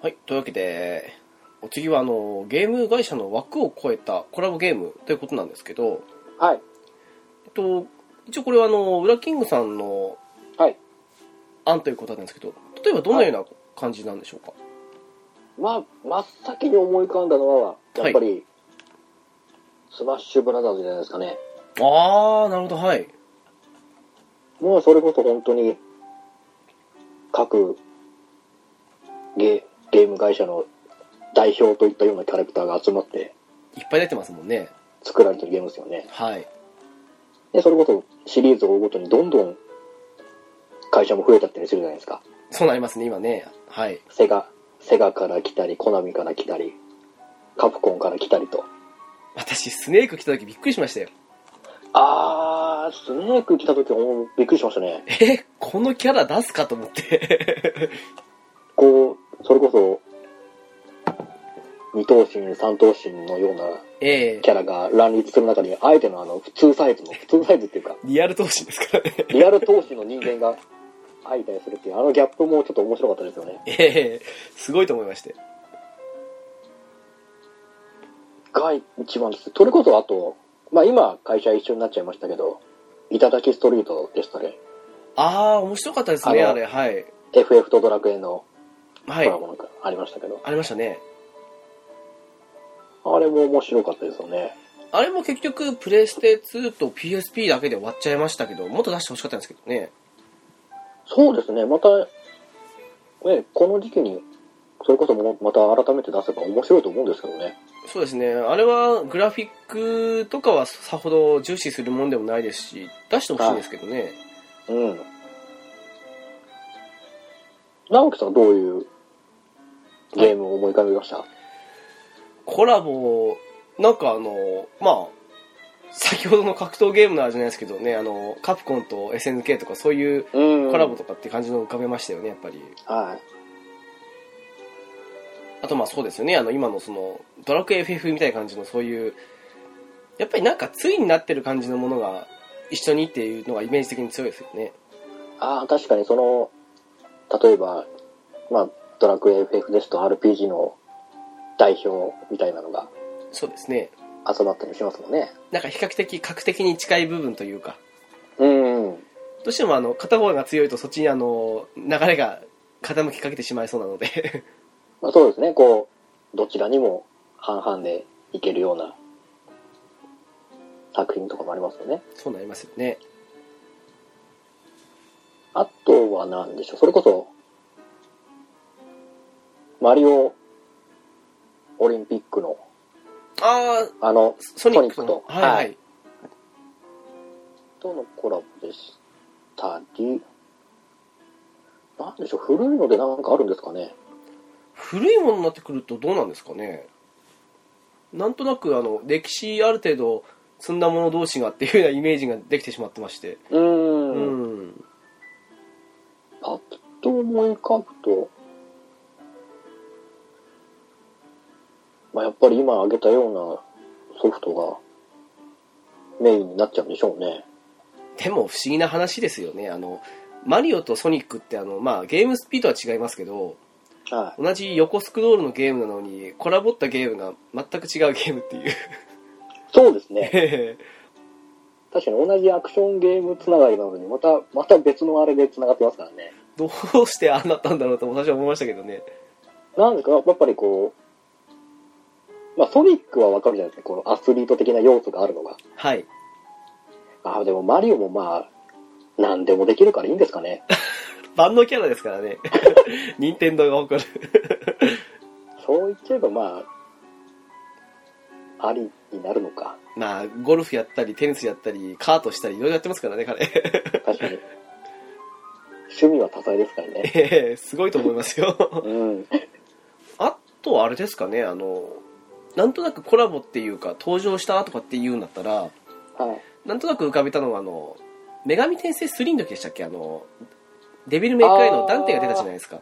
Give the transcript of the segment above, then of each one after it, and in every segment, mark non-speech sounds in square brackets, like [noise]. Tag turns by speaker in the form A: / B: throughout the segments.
A: はい、というわけで、お次はあの、ゲーム会社の枠を超えたコラボゲームということなんですけど、
B: はい。
A: えっと、一応これはあの、ウラキングさんの
B: はい。
A: 案ということなんですけど、例えばどのような感じなんでしょうか、
B: まあ、真っ先に思い浮かんだのは、やっぱり、スマッシュブラザーズじゃないですかね。
A: あー、なるほど、はい。
B: もうそれこそ本当に、各ゲゲーム会社の代表といったようなキャラクターが集まって
A: いっぱい出てますもんね。
B: 作られてるゲームですよね。
A: はい。
B: で、それこそシリーズを追うごとにどんどん会社も増えたったりするじゃないですか。
A: そうなりますね、今ね。はい。
B: セガ、セガから来たり、コナミから来たり、カプコンから来たりと。
A: 私、スネーク来た時びっくりしましたよ。
B: あー、スネーク来た時もびっくりしましたね。
A: えこのキャラ出すかと思って。 [laughs]
B: こう、それこそ、二頭身、三頭身のような
A: ええ
B: キャラが乱立する中に、あえてのあの、普通サイズの、普通サイズっていうか、
A: リアル闘神ですからね。
B: リアル闘士の人間が相対するっていう、あのギャップもちょっと面白かったですよね。
A: ええすごいと思いまして。
B: が一番です。それこそあと、まあ今、会社一緒になっちゃいましたけど、いただきストリートでしたね。
A: あー、面白かったですね、
B: あの
A: あれ。はい。
B: FF とドラクエのコ
A: はい
B: ラ。ボなんかありましたけど、
A: ありましたね。
B: あれも面白かったですよね。
A: あれも結局、プレステ2と PSP だけで終わっちゃいましたけど、もっと出してほしかったんですけどね。
B: そうですね、また、ね、この時期に、それこそもまた改めて出せば面白いと思うんですけどね。
A: そうですね。あれは、グラフィックとかはさほど重視するもんでもないですし、出してほしいんですけどね。
B: うん。直樹さんはどういうゲームを思い浮かべました、
A: コラボ、なんかあの、まあ、先ほどの格闘ゲームのあれじゃないですけどね、あの、カプコンと SNK とかそういう
B: うん
A: コラボとかって感じの浮かべましたよね、やっぱり。
B: はい。
A: あとまあそうですよね、あの今のそのドラクエ FF みたいな感じのそういう、やっぱりなんか対になってる感じのものが一緒にっていうのがイメージ的に強いですよね。
B: ああ、確かにその、例えば、まあ、ドラクエ FF ですと RPG の代表みたいなのが
A: そうですね。
B: 集まったりしますもんね。
A: なんか比較的格的に近い部分というか、
B: うん。
A: どうしてもあの片方が強いとそっちにあの流れが傾きかけてしまいそうなので [laughs]
B: まあ、そうですね、こう、どちらにも半々でいけるような作品とかもありますよね。
A: そうなりますよね。
B: あとは何でしょう、それこそ、マリオオリンピックの、
A: ああ、
B: あの、
A: ソニック
B: ソニック
A: と
B: と。
A: はいは
B: はいい。とのコラボでしたり、なんでしょう、古いのでなんかあるんですかね。
A: 古いものになってくるとどうなんですかねなんとなくあの歴史ある程度積んだもの同士がっていうようなイメージができてしまってまして
B: う。
A: うんん、
B: パッと思い浮かぶと、まあ、やっぱり今挙げたようなソフトがメインになっちゃうんでしょうね。
A: でも不思議な話ですよねあのマリオとソニックってあの、まあ、ゲームスピードは違いますけど
B: は
A: 同じ横スクロールのゲームなのにコラボったゲームが全く違うゲームっていう
B: い。そうですね。
A: ええ
B: 確かに同じアクションゲームつながりなのに、また、また別のあれでつながってますからね。
A: [laughs] どうしてああなったんだろうと私は思いましたけどね
B: なんですか、やっぱりこう、まあ、ソニックはわかるじゃないですか、このアスリート的な要素があるのが。
A: はい
B: ああ、でもマリオもまあ、何でもできるからいいんですかね。
A: 万能キャラですからね [laughs] 任天堂が誇る
B: そう言っちゃえばまあ、ありになるのか。
A: まあ、ゴルフやったり、テニスやったり、カートしたり、いろいろやってますからね、彼。
B: 確 [laughs] かに。趣味は多彩ですからね。
A: ええ [laughs] すごいと思います
B: [laughs]
A: よ。
B: うん。
A: あとはあれですかね、あの、なんとなくコラボっていうか、登場したとかって言うんだったら、
B: はい。
A: なんとなく浮かべたのは、あの、女神転生3の時でしたっけあの、デビルメイクアイのダンテが出たじゃないですか。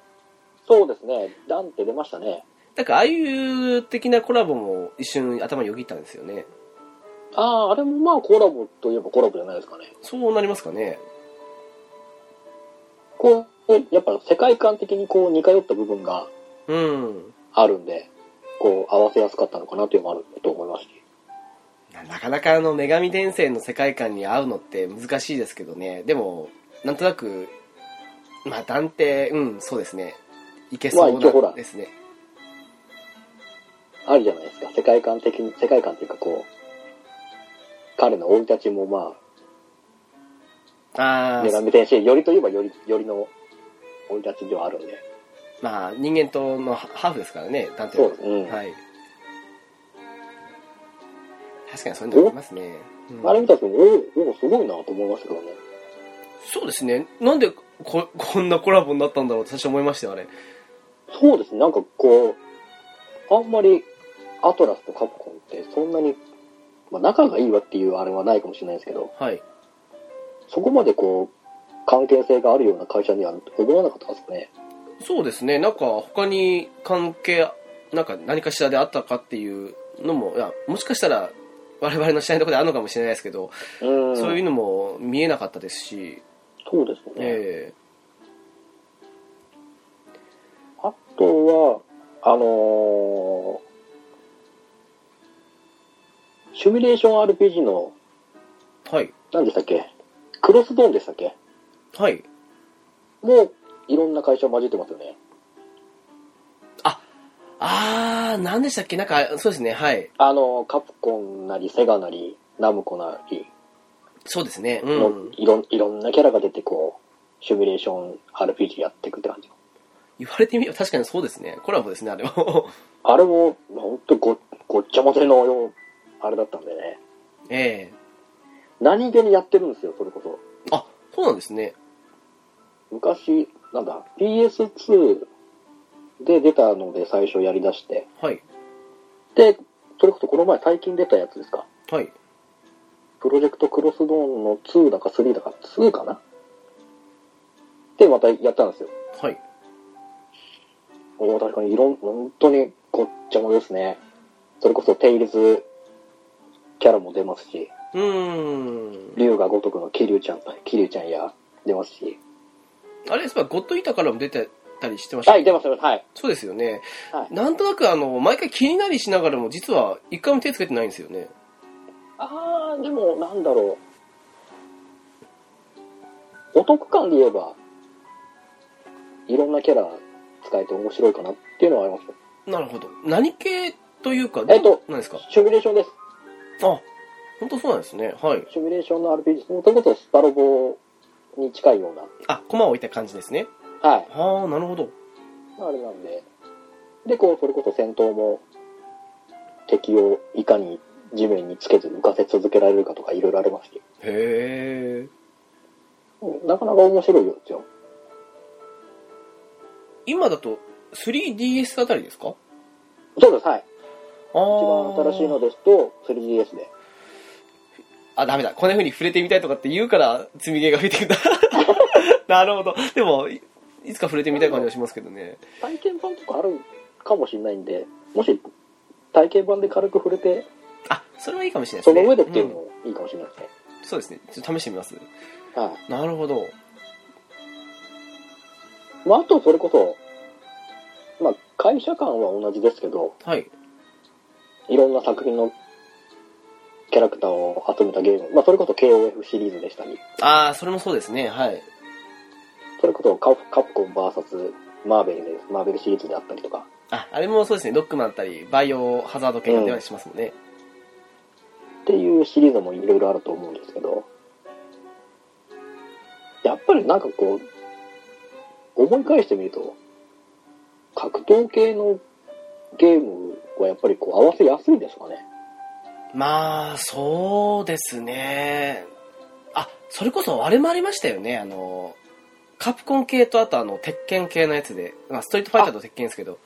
B: そうですね。ダンって出ましたね。
A: だから、ああいう的なコラボも一瞬頭によぎったんですよね。
B: ああ、あれもまあコラボといえばコラボじゃないですかね。
A: そうなりますかね。
B: こう、やっぱ世界観的にこう似通った部分が
A: うん。
B: あるんで、こう、合わせやすかったのかなっていうのもあると思いますし。
A: なかなかあの、女神転生の世界観に合うのって難しいですけどね。でも、なんとなく、まあ、断定、うん、そうですね。いけそ
B: ま
A: う
B: あ一応ほら
A: なですね。
B: あるじゃないですか。世界観的に、世界観っていうかこう、彼の生い立ちもまあ、
A: あ
B: 女
A: あ、
B: 神転生よりといえばより、よりの生い立ちではあるんで。
A: まあ、人間とのハハーフですからね、断定
B: そう
A: は
B: です。うん。
A: はい。確かにそういうのありますね。うん
B: あれ見た時に、おお、おすごいなと思いましたけどね。
A: そうですね。なんでこ、 [laughs] こんなコラボになったんだろうって最初思いましたよ、あれ。
B: そうですね、なんかこう、あんまりアトラスとカプコンってそんなに、まあ、仲がいいわっていうあれはないかもしれないですけど、
A: はい。
B: そこまでこう、関係性があるような会社には思わなかったですね。
A: そうですね。なんか、他に関係、なんか何かしらであったかっていうのも、いや、もしかしたら、我々の知らないところであるのかもしれないですけど、
B: うん。
A: そういうのも見えなかったですし、
B: そうですね。
A: え
B: あとは、あのーシミュレーション RPG の、
A: えはい。
B: 何でしたっけクロスボーンでしたっけ
A: はい。
B: もう、いろんな会社混じってますよね。
A: あー、何でしたっけなんか、そうですね。はい。
B: あの、カプコンなり、セガなり、ナムコなり、
A: そうですね。う
B: の
A: ん。
B: いろんいろんなキャラが出てこうシミュレーション RPG やっていくって感じ
A: 言われてみれば確かにそうですね。コラボですね、あれも。
B: あれも本当ごごっちゃ混ぜのようあれだったんでね
A: [laughs] ええ
B: 何気にやってるんですよそれこそ
A: あ、そうなんですね。
B: 昔なんだ PS2 で出たので最初やりだして
A: はい。
B: でそれこそこの前最近出たやつですか
A: はい。
B: プロジェクトクロスドーンの2だか3だか2かなでまたやったんですよ
A: はい。
B: これは確かにいろん、本当にごっちゃもですね。それこそ、テイルズキャラも出ますし、
A: うーん。
B: 竜が如くのキリュウちゃん、キリュウちゃんや出ますし。
A: あれ、そういえばゴッドイタからも出てたりしてました、
B: はい、出ます、出ます。はい。
A: そうですよね。
B: はい
A: なんとなく、あの、毎回気になりしながらも、実は一回も手つけてないんですよね。
B: あー、でも、なんだろう。お得感で言えば、いろんなキャラ使えて面白いかなっていうのはありますよ。
A: なるほど。何系というか、
B: えっと
A: 何ですかあ、
B: シミュレーションです。
A: 本当そうなんですね。はい。
B: シミュレーションの RPG、それこそスパロボに近いよう
A: あ、駒を置いた感じですね。
B: な。はい。
A: はあ、なるほど。
B: あれなんで。で、こう、それこそ戦闘も、敵をいかに地面につけず浮かせ続けられるかとかいろいろありますし、
A: へえ。
B: なかなか面白いよですよ。
A: 今だと、3DS あたりですか
B: そうです、はい。
A: ああ。
B: 一番新しいのですと、3DS で。
A: あ、ダメだ。こんな風に触れてみたいとかって言うから、積み毛が増えて
B: [laughs]
A: きた。なるほど。でも、いいつか触れてみたい感じはしますけどね。
B: 体験版とかあるかもしれないんで、もし、体験版で軽く触れて、
A: あ、それはいいかもしれないです
B: そ
A: ね。
B: の上でっていうの
A: ん
B: もいいかもしれないですね。
A: そうですね。ちょっと試してみます。
B: は
A: なるほど。
B: い。まあ、あと、それこそ、まあ、会社間は同じですけど、
A: はい。
B: いろんな作品のキャラクターを集めたゲーム、まあ、それこそ KOF シリーズでしたり、
A: ああ、それもそうですね。はい。
B: それこそカプカプコン VS マーベルでマーベルシリーズであったりとか、
A: あ、あれもそうですね。ロックマンだったり、バイオハザード系ではしますもんね。
B: っていうシリーズもいろいろあると思うんですけど、やっぱりなんかこう、思い返してみると、格闘系のゲームはやっぱりこう合わせやすいんですかね。
A: まあ、そうですね。あ、それこそあれもありましたよね。あの、カプコン系とあとあの、鉄拳系のやつで。まあ、ストリートファイターと鉄拳ですけど。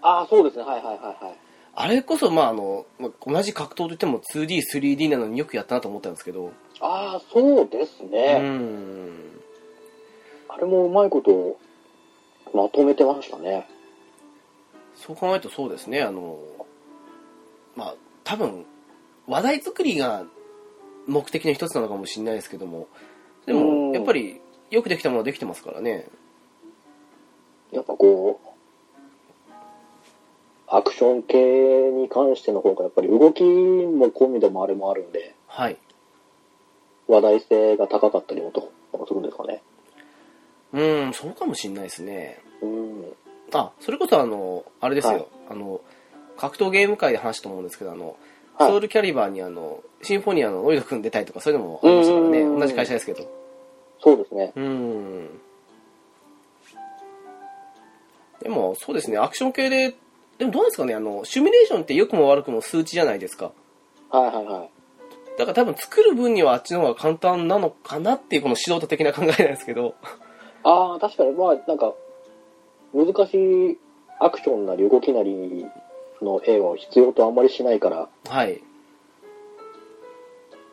B: ああ、そうですね。はいはいはいはい。
A: あれこそ、まあ、あの、まあ同じ格闘といっても 2D、3D なのによくやったなと思ったんですけど。
B: ああ、そうです
A: う
B: ね。
A: ん。
B: あれもうまいことまとめてましたね。
A: そう考えるとそうですね。あの、まあ、多分、話題作りが目的の一つなのかもしれないですけども。で
B: う
A: も、
B: ん
A: やっぱり、よくできたものはできてますからね。
B: やっぱこう、アクション系に関しての方がやっぱり動きも込みでもあれもあるんで、
A: はい。
B: 話題性が高かったりもとするんですかね。
A: うん、そうかもしんないですね。
B: うん。
A: あ、それこそあの、あれですよ。
B: はい
A: あの、格闘ゲーム界で話したと思うんですけど、あの、
B: はい
A: ソウルキャリバーにあの、シンフォニアのノイド君出たりとか、そういうのもありましたからね。
B: うん
A: 同じ会社ですけど。
B: そうですね。
A: うん。でも、そうですね、アクション系で、でもどうなんですかね、あの、シミュレーションって良くも悪くも数値じゃないですか。
B: はいはいはい。
A: だから多分作る分にはあっちの方が簡単なのかなっていうこの指導者的な考えなんですけど。
B: ああ、確かに、まあ、なんか、難しいアクションなり動きなりの映画を必要とあんまりしないから、
A: はい。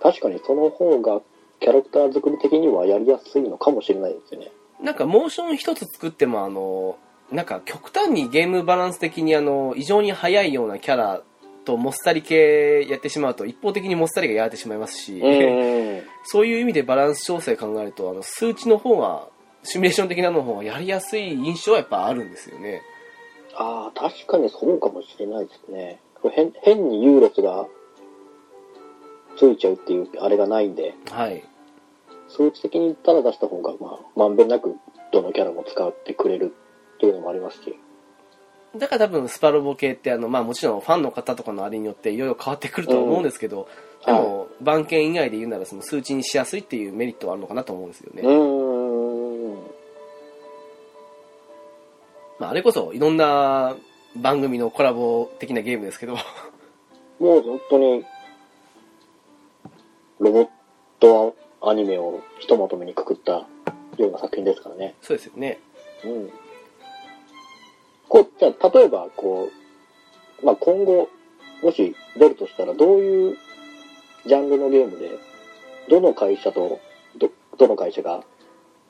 B: 確かにその方がキャラクター作り的にはやりやすいのかもしれないですよね。
A: なんかモーション一つ作ってもあの、なんか極端にゲームバランス的にあの、異常に速いようなキャラともっさり系やってしまうと一方的にもっさりがやられてしまいますし、
B: うん。
A: そういう意味でバランス調整考えるとあの、数値の方が、シミュレーション的なのの方がやりやすい印象はやっぱあるんですよね。
B: ああ、確かにそうかもしれないですね。変変に優劣がついちゃうっていうあれがないんで、
A: はい。
B: 数値的にただ出した方が、まあ、まんべんなくどのキャラも使ってくれるっていうのもありますし。
A: だから多分スパロボ系ってあの、まあ、もちろんファンの方とかのあれによっていろいろ変わってくるとは思うんですけど、でも番犬以外で言うならその数値にしやすいっていうメリットはあるのかなと思うんですよね、
B: うん。
A: まあ、あれこそいろんな番組のコラボ的なゲームですけど [laughs]
B: もう本当に、ロボットアニメをひとまとめにくくったような作品ですからね。
A: そうですよね
B: うん。こう、じゃあ、例えば、こう、まあ、今後、もし出るとしたら、どういうジャンルのゲームで、どの会社と、ど、どの会社が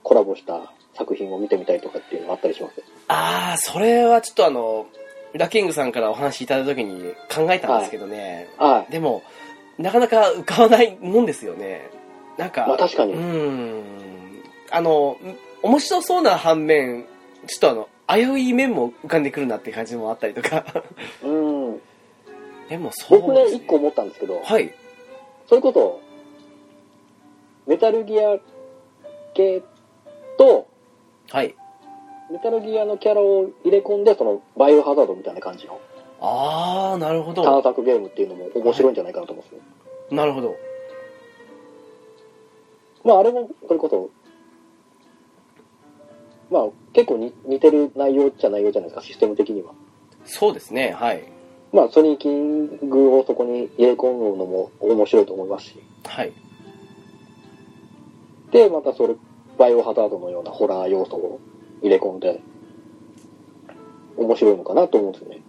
B: コラボした作品を見てみたいとかっていうのがあったりします
A: ああそれはちょっとあのラキングさんからお話いただいた時に考えたんですけどね、
B: はい。
A: でもなかなか浮かばないもんですよねなんか、
B: まあ、確か
A: う
B: に。
A: ーんあの面白そうな反面ちょっとあの危うい面も浮かんでくるなって感じもあったりと
B: [laughs]
A: か
B: うん。
A: でもそう
B: 僕ね、
A: です
B: 一個思ったんですけど、
A: はい
B: それこそ、メタルギア系と、
A: はい
B: メタルギアのキャラを入れ込んで、その、バイオハザードみたいな感じの、
A: ああなるほ
B: 探
A: ど
B: 索ゲームっていうのも面白いんじゃないかなと思うんですよ。
A: なるほど
B: まあ、あれも、それこそ、まあ、結構に似てる内容っちゃ内容じゃないですか、システム的には。
A: そうですねはい
B: まあ、ソニーキングをそこに入れ込むのも面白いと思いますし。
A: はい
B: で、またそれ、バイオハザードのようなホラー要素を入れ込んで、面白いのかなと思うんですよね。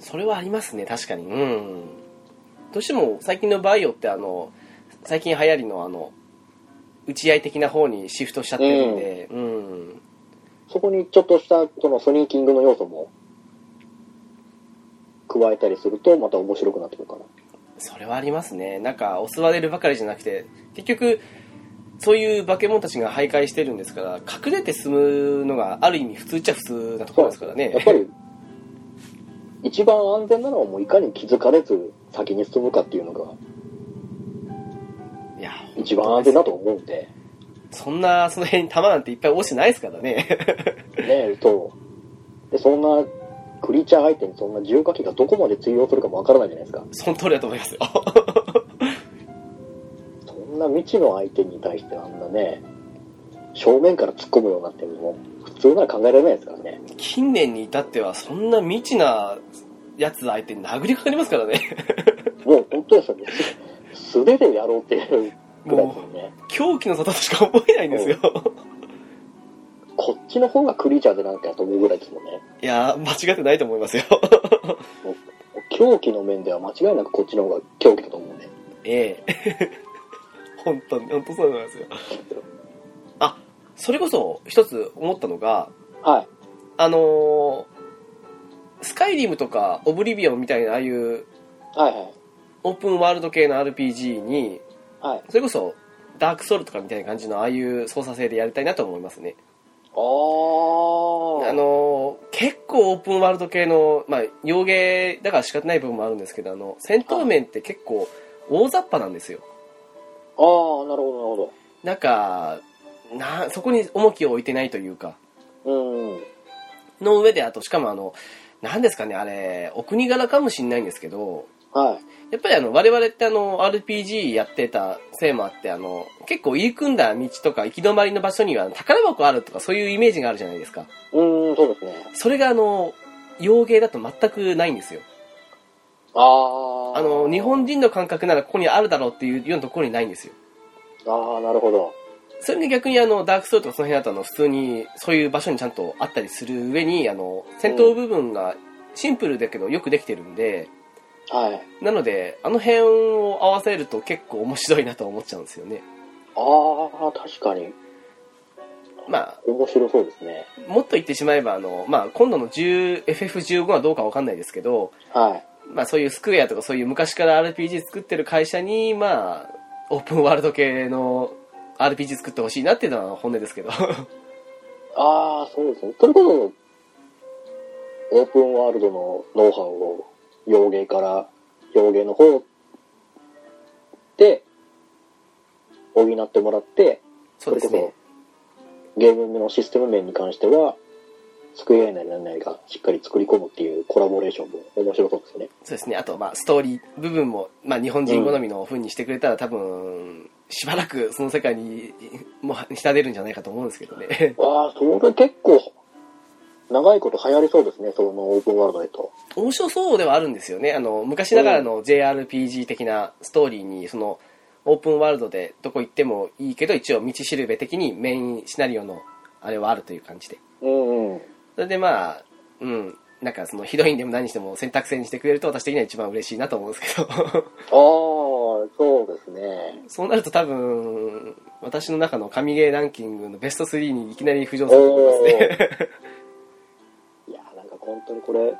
A: それはありますね確かにうんどうしても最近のバイオってあの最近流行りのあの打ち合い的な方にシフトしちゃってるんでうん
B: そこにちょっとした、そのソニーキングの要素も、加えたりすると、また面白くなってくるかな。
A: それはありますねなんか襲われるばかりじゃなくて結局そういう化け物たちが徘徊してるんですから隠れて進むのがある意味普通っちゃ普通なところですからね
B: やっぱり、一番安全なのはもういかに気づかれず先に進むかっていうのが
A: いや
B: 一番安全だと思うんで、
A: そんなその辺に弾なんていっぱい落ちてないですからね [laughs]
B: ね、そう。で、そんな、クリーチャー相手にそんな重火器がどこまで通用するかもわからないじゃないですか。
A: その通りだと思いますよ [laughs]
B: そんな未知の相手に対してあんなね、正面から突っ込むようになっても、普通なら考えられないですからね。
A: 近年に至ってはそんな未知なやつ相手に殴りかかりますからね [laughs]
B: もう本当ですよね。す素手でやろうっていうぐらいですよね。
A: 狂気の沙汰としか思えないんですよ
B: こっちの方がクリーチャーでなんかやと思うぐらいですもんね。
A: いや間違ってないと思いますよ [laughs]
B: 狂気の面では間違いなくこっちの方が狂気だと思うね。
A: ええ [laughs] 本当に本当そうなんですよあそれこそ一つ思ったのが
B: はい。
A: あのースカイリムとかオブリビオンみたいなああいう
B: はいはい。
A: オープンワールド系の RPG に
B: はい。
A: それこそダークソウルとかみたいな感じのああいう操作性でやりたいなと思いますね
B: あー。
A: あのー結構オープンワールド系の、まあ、洋芸だから仕方ない部分もあるんですけど、あの、戦闘面って結構大雑把なんですよ。
B: ああ、なるほど、なるほ
A: なんか、な、そこに重きを置いてないというか、
B: ど。うん。
A: の上で、あと、しかもあの、なんですかね、あれ、お国柄かもしんないんですけど、
B: はい。
A: やっぱりあの、我々ってあの、RPG やってたせいもあって、あの、結構入り組んだ道とか行き止まりの場所には宝箱あるとかそういうイメージがあるじゃないですか。
B: うん、そうですね。
A: それがあの、洋芸だと全くないんですよ。
B: ああ。
A: あの、日本人の感覚ならここにあるだろうっていうようなところにないんですよ。
B: ああ、なるほど。
A: それで逆にあの、ダークソウルとかその辺だとあの、普通にそういう場所にちゃんとあったりする上に、あの、戦闘部分がシンプルだけどよくできてるんで、
B: はい。
A: なので、あの辺を合わせると結構面白いなと思っちゃうんですよね。
B: ああ、確かに。
A: まあ、
B: 面白そうですね。
A: もっと言ってしまえば、あの、まあ、今度の 10- FF15 はどうかわかんないですけど、
B: はい。
A: まあ、そういうスクエアとかそういう昔から RPG 作ってる会社に、まあ、オープンワールド系の RPG 作ってほしいなっていうのは本音ですけど。
B: ああ、そうですね。それこそ、オープンワールドのノウハウを、洋芸から、洋芸の方で、補ってもらって、
A: [laughs] そうですね。
B: それこそゲームのシステム面に関しては、スクエアなりなんなりがしっかり作り込むっていうコラボレーションも面白そうですね。
A: そうですね。あと、まあ、ストーリー部分も、まあ、日本人好みの風にしてくれたら、多分、しばらくその世界に、もう、浸れるんじゃないかと思うんですけどね。
B: ああ、それ結構、長いこと流行りそうですね、そのオープンワールドでと。
A: 面白そうではあるんですよねあの昔ながらの JRPG 的なストーリーにそのオープンワールドでどこ行ってもいいけど一応道しるべ的にメインシナリオのあれはあるという感じで
B: うんうん。
A: それでまあうんなんかそのヒロインでも何しても選択制にしてくれると私的には一番嬉しいなと思うんですけど [laughs]
B: ああ、そうですね。
A: そうなると多分私の中の神ゲーランキングのベスト3にいきなり浮上すると思います
B: お
A: ね
B: ーいや、なんか本当にこれ、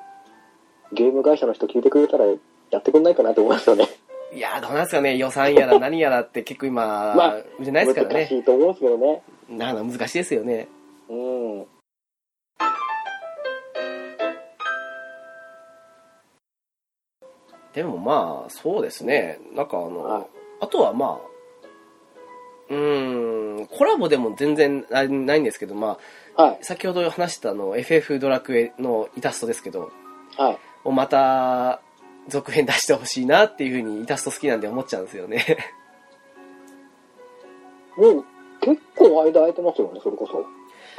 B: ゲーム会社の人聞いてくれたらやってくんないかなと思いますよね。
A: [laughs] いやーどうなんですかね予算やら何やらって結構今、
B: まあ
A: 売れないですから
B: 難
A: ね
B: しいと思うんですけどね。
A: なかなか難しいですよね
B: うん。
A: でもまあそうですねなんかあの、
B: はい
A: あとはまあうーんコラボでも全然なないんですけどま
B: は
A: あ。
B: い
A: 先ほど話したあの FF ドラクエのイラストですけど
B: はい。
A: をまた続編出してほしいなっていうふうにイラスト好きなんで思っちゃうんですよね
B: [laughs] もう、結構間空いてますよね、それこそ。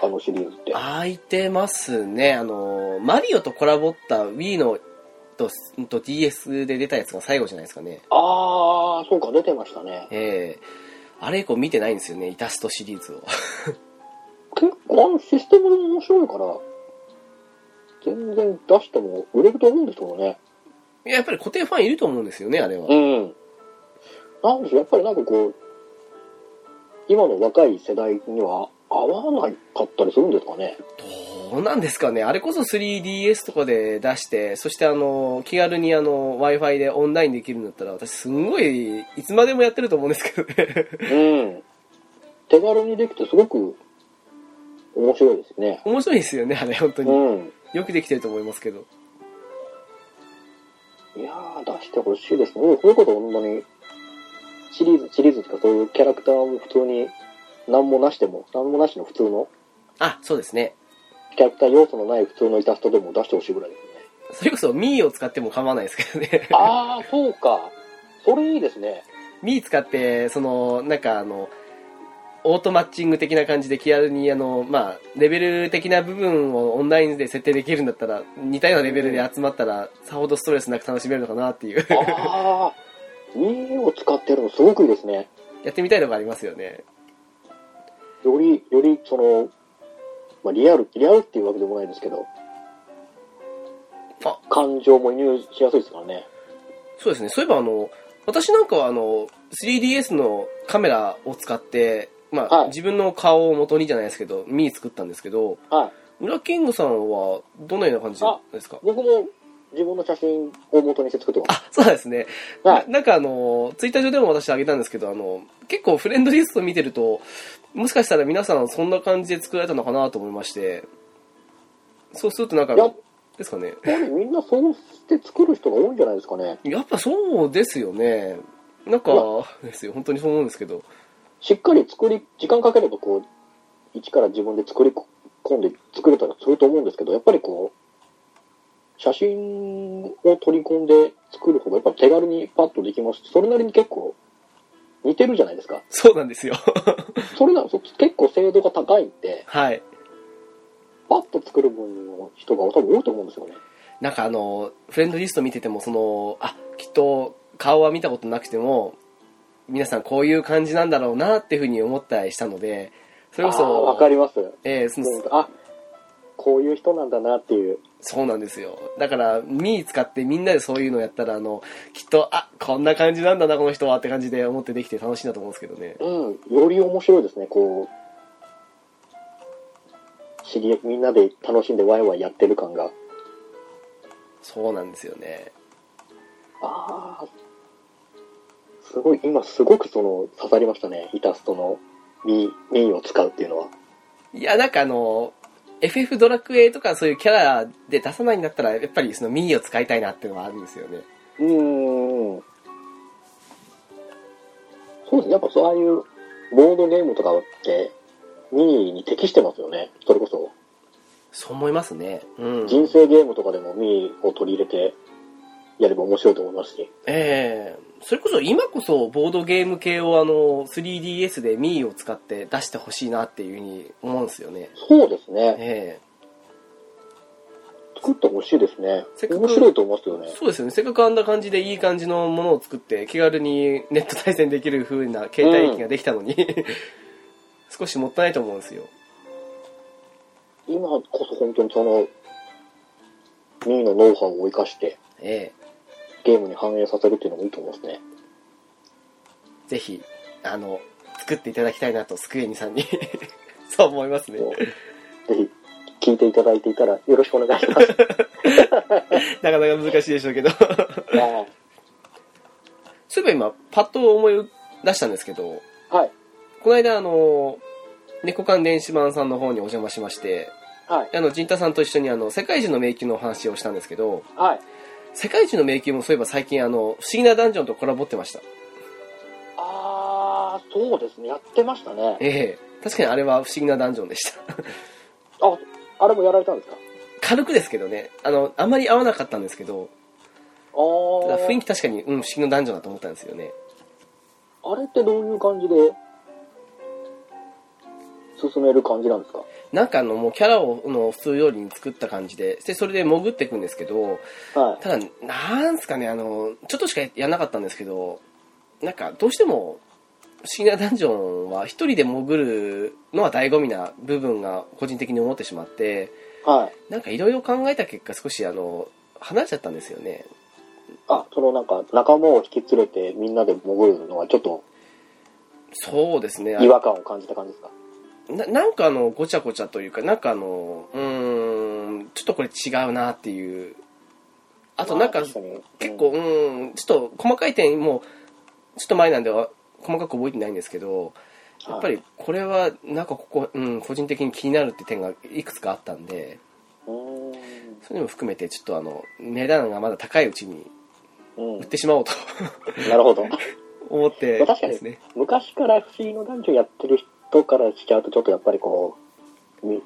B: あのシリーズって。
A: 空いてますねあのマリオとコラボった Wii のとと DS で出たやつが最後じゃないですかね
B: ああ、そうか、出てましたね。
A: ええあれ以降見てないんですよねイラストシリーズを [laughs]
B: 結構、あのシステムも面白いから、全然出しても売れると思うんですけどね。
A: いややっぱり固定ファンいると思うんですよねあれは
B: うん。なんでしょう、やっぱりなんかこう、今の若い世代には合わなかったりするんですかね。
A: どうなんですかねあれこそ 3DS とかで出してそしてあの気軽にあの w i f i でオンラインできるんだったら私すんごいいつまでもやってると思うんですけどね [laughs]
B: うん。手軽にできてすごく面白いですね。
A: 面白いですよねあれ本当に
B: うん。
A: よくできてると思いますけど
B: いやー、出してほしいですね。もうこういうこと本当に、シリーズ、シリーズとかそういうキャラクターも普通に、何もなしても、何もなしの普通の、
A: あそうですね
B: キャラクター要素のない普通のイラストでも出してほしいぐら [laughs] いですね。
A: それこそ Mii を使っても構わないですけどね [laughs]
B: あー、そうか。それいいですね。
A: Mii 使ってそのなんかあのオートマッチング的な感じで気軽にあの、まあ、レベル的な部分をオンラインで設定できるんだったら似たようなレベルで集まったらさほどストレスなく楽しめるのかなっていう
B: ああ、2を使ってるのすごくいいですね。
A: やってみたいのがありますよね。
B: より、より、その、まあ、リアル、リアルっていうわけでもないですけど、
A: あ
B: 感情も移入しやすいですからね。
A: そうですね。そういえば、あの、私なんかは、あの、3DS のカメラを使って、まあ、
B: はい
A: 自分の顔を元にじゃないですけど、ミー作ったんですけど、
B: はい。
A: 裏キングさんは、どのような感じですか
B: 僕も自分の写真を元にして作ってます。
A: あ、そうなんですね。
B: はい
A: ななんかあの、ツイッター上でも私あげたんですけど、あの、結構フレンドリスト見てると、もしかしたら皆さんそんな感じで作られたのかなと思いまして、そうするとなんか、
B: やっ
A: ですかね。
B: ぱりみんなそうして作る人が多いんじゃないですかね。
A: やっぱそうですよね。なんか
B: い、
A: ですよ。本当にそう思うんですけど。
B: しっかり作り、時間かければこう、一から自分で作り込んで作れたらすると思うんですけど、やっぱりこう、写真を取り込んで作る方がやっぱ手軽にパッとできますし、それなりに結構似てるじゃないですか。
A: そうなんですよ。 [laughs]
B: それならそ結構精度が高いんで、
A: はい。
B: パッと作る分の人が多分多いと思うんですよね。
A: なんかあの、フレンドリスト見てても、その、あ、きっと顔は見たことなくても、皆さんこういう感じなんだろうなっていうふうに思ったりしたので、それこ
B: あーわか
A: そ、
B: ります。
A: えーその
B: もうあ、こういう人なんだなっていう。
A: そうなんですよ。だから、ミー使ってみんなでそういうのやったら、あの、きっと、あ、こんな感じなんだな、この人はって感じで思ってできて楽しいなと思うんですけどね。
B: うん、より面白いですね、こう、知り、みんなで楽しんでワイワイやってる感が。
A: そうなんですよね。
B: ああ、すごい、今すごくその、刺さりましたね、イタストのミー、ミーを使うっていうのは。
A: いや、なんかあの、FF ドラクエとかそういうキャラで出さないんだったら、やっぱりそのミーを使いたいなっていうのはあるんですよね。
B: うーん。そうですね、やっぱそういう、ボードゲームとかって、ミーに適してますよね、それこそ。
A: そう思いますね。うん。
B: 人生ゲームとかでもミーを取り入れて、やれば面白いと思いますし。
A: ええそれこそ今こそボードゲーム系をあの、3DS でミーを使って出してほしいなっていうふうに思うんですよね。
B: そうですね。
A: ええ
B: 作ってほしいですね
A: せっ。かく
B: 面白いと思いますよね。
A: そうですよね。せっかくあんな感じでいい感じのものを作って、気軽にネット対戦できる風な携帯機ができたのに、 [laughs] 少しもったいないと思うんですよ。
B: 今こそ本当にその、ミーのノウハウを生かして、
A: ええ
B: ゲームに反映させるっていうのもいいと思いますね。
A: ぜひ、あの、作っていただきたいなと、スクエニさんに。 [laughs] そう思いますね。
B: そうぜひ、聞いていただいていたらよろしくお願いし
A: [laughs]
B: ます。
A: なかなか難しいでしょうけど。 [laughs]
B: は
A: そういえば今、パッと思い出したんですけど、
B: い。はい。
A: この間、あの、猫館電子版さんの方にお邪魔しまして、
B: はい。
A: あの、陣太さんと一緒にあの、世界中の迷宮のお話をしたんですけど、
B: はい。
A: 世界中の迷宮もそういえば最近あの、不思議なダンジョンとコラボってました。
B: あー、そうですね。やってましたね。
A: ええ確かにあれは不思議なダンジョンでした。 [laughs]
B: あ、あれもやられたんですか
A: 軽くですけどね、あの、あんまり合わなかったんですけど、
B: あ
A: ただ
B: ー。
A: 雰囲気確かに、うん、不思議なダンジョンだと思ったんですよね。
B: あれってどういう感じで、進める感じなんですか
A: なんかあの、もうキャラを、あの、普通よりに作った感じで、で、それで潜っていくんですけど、
B: はい。
A: ただ、なんすかね、あの、ちょっとしかやんなかったんですけど、なんか、どうしても、不思議なダンジョンは一人で潜るのは醍醐味な部分が個人的に思ってしまって、
B: はい。
A: なんかいろいろ考えた結果少しあの、離れちゃったんですよね。
B: あ、そのなんか仲間を引き連れてみんなで潜るのはちょっと
A: そうですね。あ
B: 違和感を感じた感じですか
A: ななんかあのごちゃごちゃというかなんかあのうーんちょっとこれ違うなっていうあ
B: あ
A: となんか
B: 確に
A: 結構うーんちょっと細かい点もちょっと前なんでは細かく覚えてないんですけどやっぱりこれはなんかここ、うん、個人的に気になるって点がいくつかあったんで
B: うん
A: そういうのも含めてちょっとあの値段がまだ高いうちに
B: うん
A: 売ってしまおうと [laughs]
B: なるほど [laughs]
A: 思って
B: まあ確かに
A: ですね
B: 昔から不思議の男女やってる人からしちゃうとちょっとやっぱりこうみ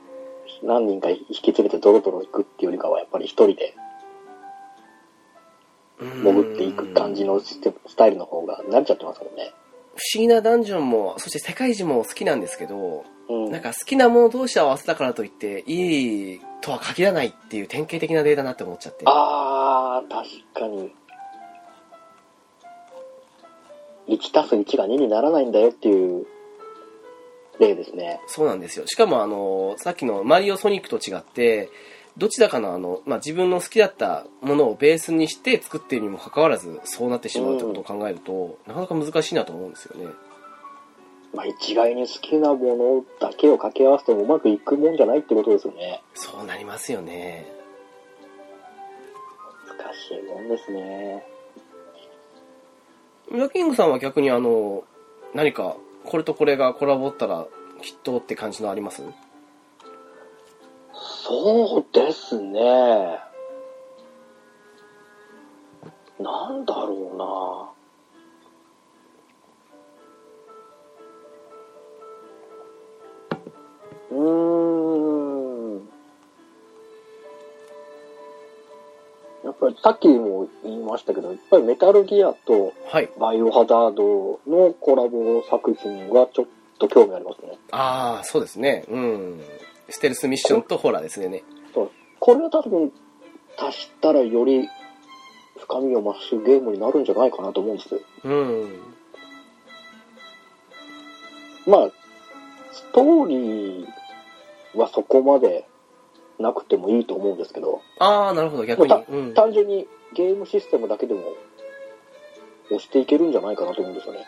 B: 何人か引き連れてドロドロ行くっていうよりかはやっぱり一人で潜っていく感じのシステムスタイルの方が慣れちゃってますもんね
A: 不思議なダンジョンもそして世界一も好きなんですけど
B: うん
A: なんか好きなもの同士を合わせたからといっていいとは限らないっていう典型的な例だなって思っちゃって
B: あー確かに1たす1が2にならないんだよっていう例ですね
A: そうなんですよしかもあのさっきの「マリオソニック」と違ってどちらかのあの、まあ、自分の好きだったものをベースにして作っているにもかかわらずそうなってしまうってことを考えると、なかなか難しいなと思うんですよね
B: まあ、一概に好きなものだけを掛け合わせてもうまくいくもんじゃないってことですよね。
A: そうなりますよね
B: 難しいもんですね。
A: ウラキングさんは逆にあの何かこれとこれがコラボったらきっとって感じのあります
B: そうですね。なんだろうな。うーん。やっぱりさっきも言いましたけど、やっぱりメタルギアと
A: はい。
B: バイオハザードのコラボ作品はちょっと興味ありますね。
A: ああ、そうですね。うん。ステルスミッションとホラーですね。ね
B: これは多分足したらより深みを増すゲームになるんじゃないかなと思うんですよ
A: うん。
B: まあストーリーはそこまでなくてもいいと思うんですけど
A: ああ、なるほど、逆に
B: も。
A: うん。
B: 単純にゲームシステムだけでも押していけるんじゃないかなと思うんですよね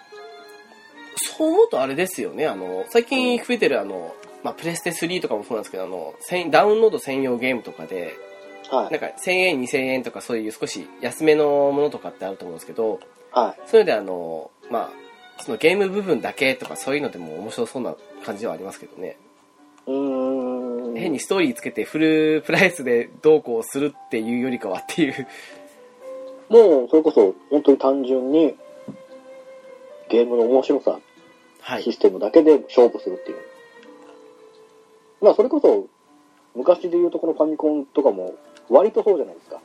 A: そう思うとあれですよね。あの、最近増えてるあの、まあ、プレステ3とかもそうなんですけど、あの、専ダウンロード専用ゲームとかで、
B: は
A: なん
B: い
A: か1000円、2000円とかそういう少し安めのものとかってあると思うんですけど、
B: はい
A: そういうのであの、まあ、そのゲーム部分だけとかそういうのでも面白そうな感じはありますけどね。
B: うー
A: 変
B: ん
A: にストーリーつけてフルプライスでどうこうするっていうよりかはって
B: [laughs]
A: いう。
B: もうそれこそ本当に単純にゲームの面白さ
A: は
B: シ
A: い。
B: ステムだけで勝負するっていう。まあ、それこそ、昔で言うとこのファミコンとかも、割とそうじゃないですか。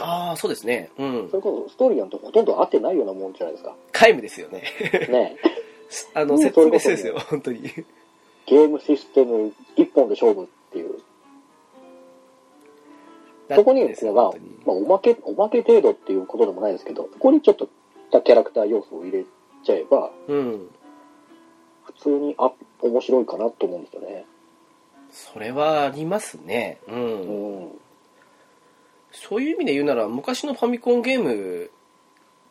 A: ああ、そうですね。うん
B: そ。れこそ、ストーリーなんてほとんど合ってないようなもんじゃないで
A: [laughs]
B: すか。
A: 皆無ですよね。
B: ねえ
A: あの、
B: うん
A: 説明ですよ、本当に。
B: ゲームシステム一本で勝負っていう。そこにですね、まあ
A: 本当に、
B: まあ、おまけ、おまけ程度っていうことでもないですけど、そこにちょっとしたキャラクター要素を入れちゃえば、
A: うん。
B: 普通に、あ、面白いかなと思うんですよね。
A: それはありますね。うん
B: う。ん。
A: そういう意味で言うなら昔のファミコンゲーム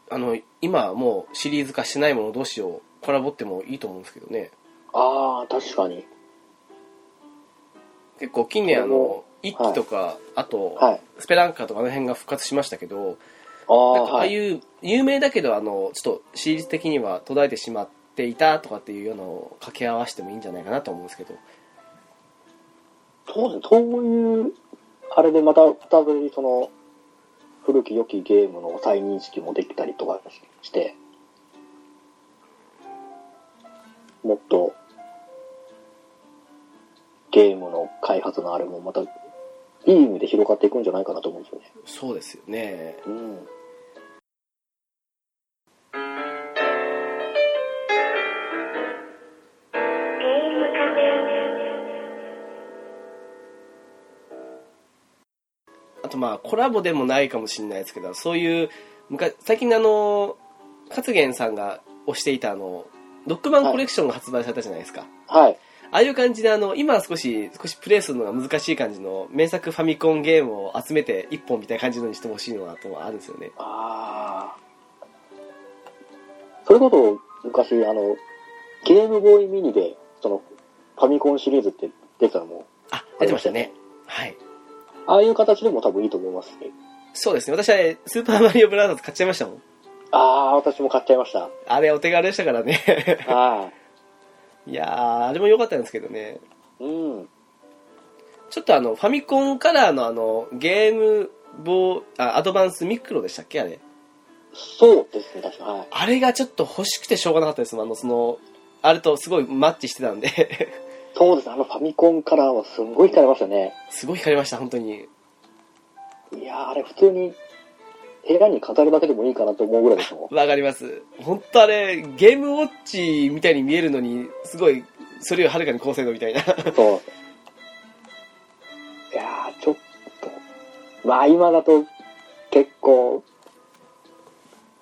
A: あの今はもうシリーズ化してないもの同士をコラボってもいいと思うんですけどね
B: ああ、確かに。
A: 結構近年あ
B: これも
A: の一期とか、あと、
B: はい。
A: スペランカとかあの辺が復活しましたけど
B: ああ、
A: なんかああ
B: はい。
A: いう有名だけどあのちょっとシリーズ的には途絶えてしまっていたとかっていうようなのを掛け合わせてもいいんじゃないかなと思うんですけど
B: そうですね、そういう、あれでまた再びその、古き良きゲームの再認識もできたりとかして、もっと、ゲームの開発のあれもまた、いい意味で広がっていくんじゃないかなと思うんですよね。
A: そうですよね
B: うん。
A: あとまあコラボでもないかもしれないですけどそういう昔最近あの勝元さんが推していたあのロックマンコレクションが発売されたじゃないですか、
B: はい。
A: ああいう感じであの今は少し少しプレイするのが難しい感じの名作ファミコンゲームを集めて一本みたいな感じのにしてほしいのなとはあるんですよね
B: ああ。それこそ、昔、あの、ゲームボーイミニで、その、ファミコンシリーズって出てたのも、
A: あ出てましたねはい
B: ああいう形でも多分いいと思いますね。
A: そうですね私はねスーパーマリオブラザーズ買っちゃいましたもん
B: ああ、私も買っちゃいました。
A: あれお手軽でしたからね [laughs]
B: はい
A: やーあれも良かったんですけどね
B: い。うん。
A: ちょっとあの、ファミコンカラーのあの、ゲームボー、あ、アドバンスミクロでしたっけあれ。
B: そうですね、確か。はい。
A: あれがちょっと欲しくてしょうがなかったですあの、その、あれとすごいマッチしてたんで、 [laughs]
B: そうですね、あのファミコンカラーはすんごい惹かれましたね。
A: すごい光りました、本当に。
B: いやー、あれ普通に、部屋に飾るだけでもいいかなと思うぐらいですもん。
A: わかります。本当あれ、ゲームウォッチみたいに見えるのに、すごい、それよりはるかに高精度みたいな。 [laughs]
B: そう。いやー、ちょっと。まあ、今だと、結構、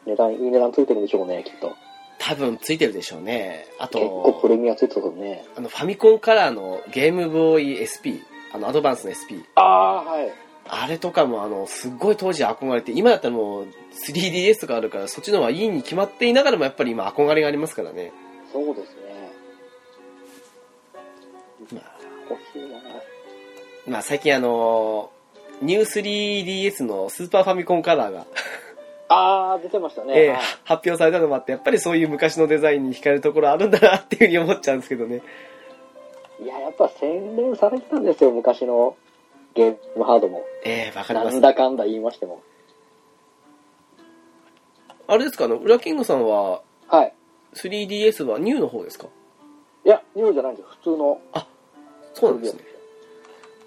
B: 値段、いい値段ついてるんでしょうね、きっと。
A: 多分ついてるでしょうね。あ
B: 結構プ
A: と、
B: レミアついてたとね。
A: あの、ファミコンカラーのゲームボーイ SP、あの、アドバンスの SP。
B: ああー、はい。
A: あれとかもあの、すっごい当時憧れて、今だったらもう 3DS とかあるから、そっちの方がいいに決まっていながらもやっぱり今憧れがありますからね。
B: そうですね。
A: まあ、
B: 欲しいな。
A: まあ最近あの、ニュー 3DS のスーパーファミコンカラーが、
B: ああ、出てましたね。
A: ええ
B: はい
A: 発表されたのもあって、やっぱりそういう昔のデザインに惹かれるところあるんだなっていうふうに思っちゃうんですけどね。
B: いや、やっぱ洗練されてたんですよ、昔のゲームハードも、
A: ええわかり
B: な
A: ます
B: ん。だかんだ言いましても。
A: あれですか、あの、ウラキングさんは、
B: はい。
A: 3DS はニューの方ですか
B: いや、ニューじゃないんですよ。普通の
A: そうなんですね。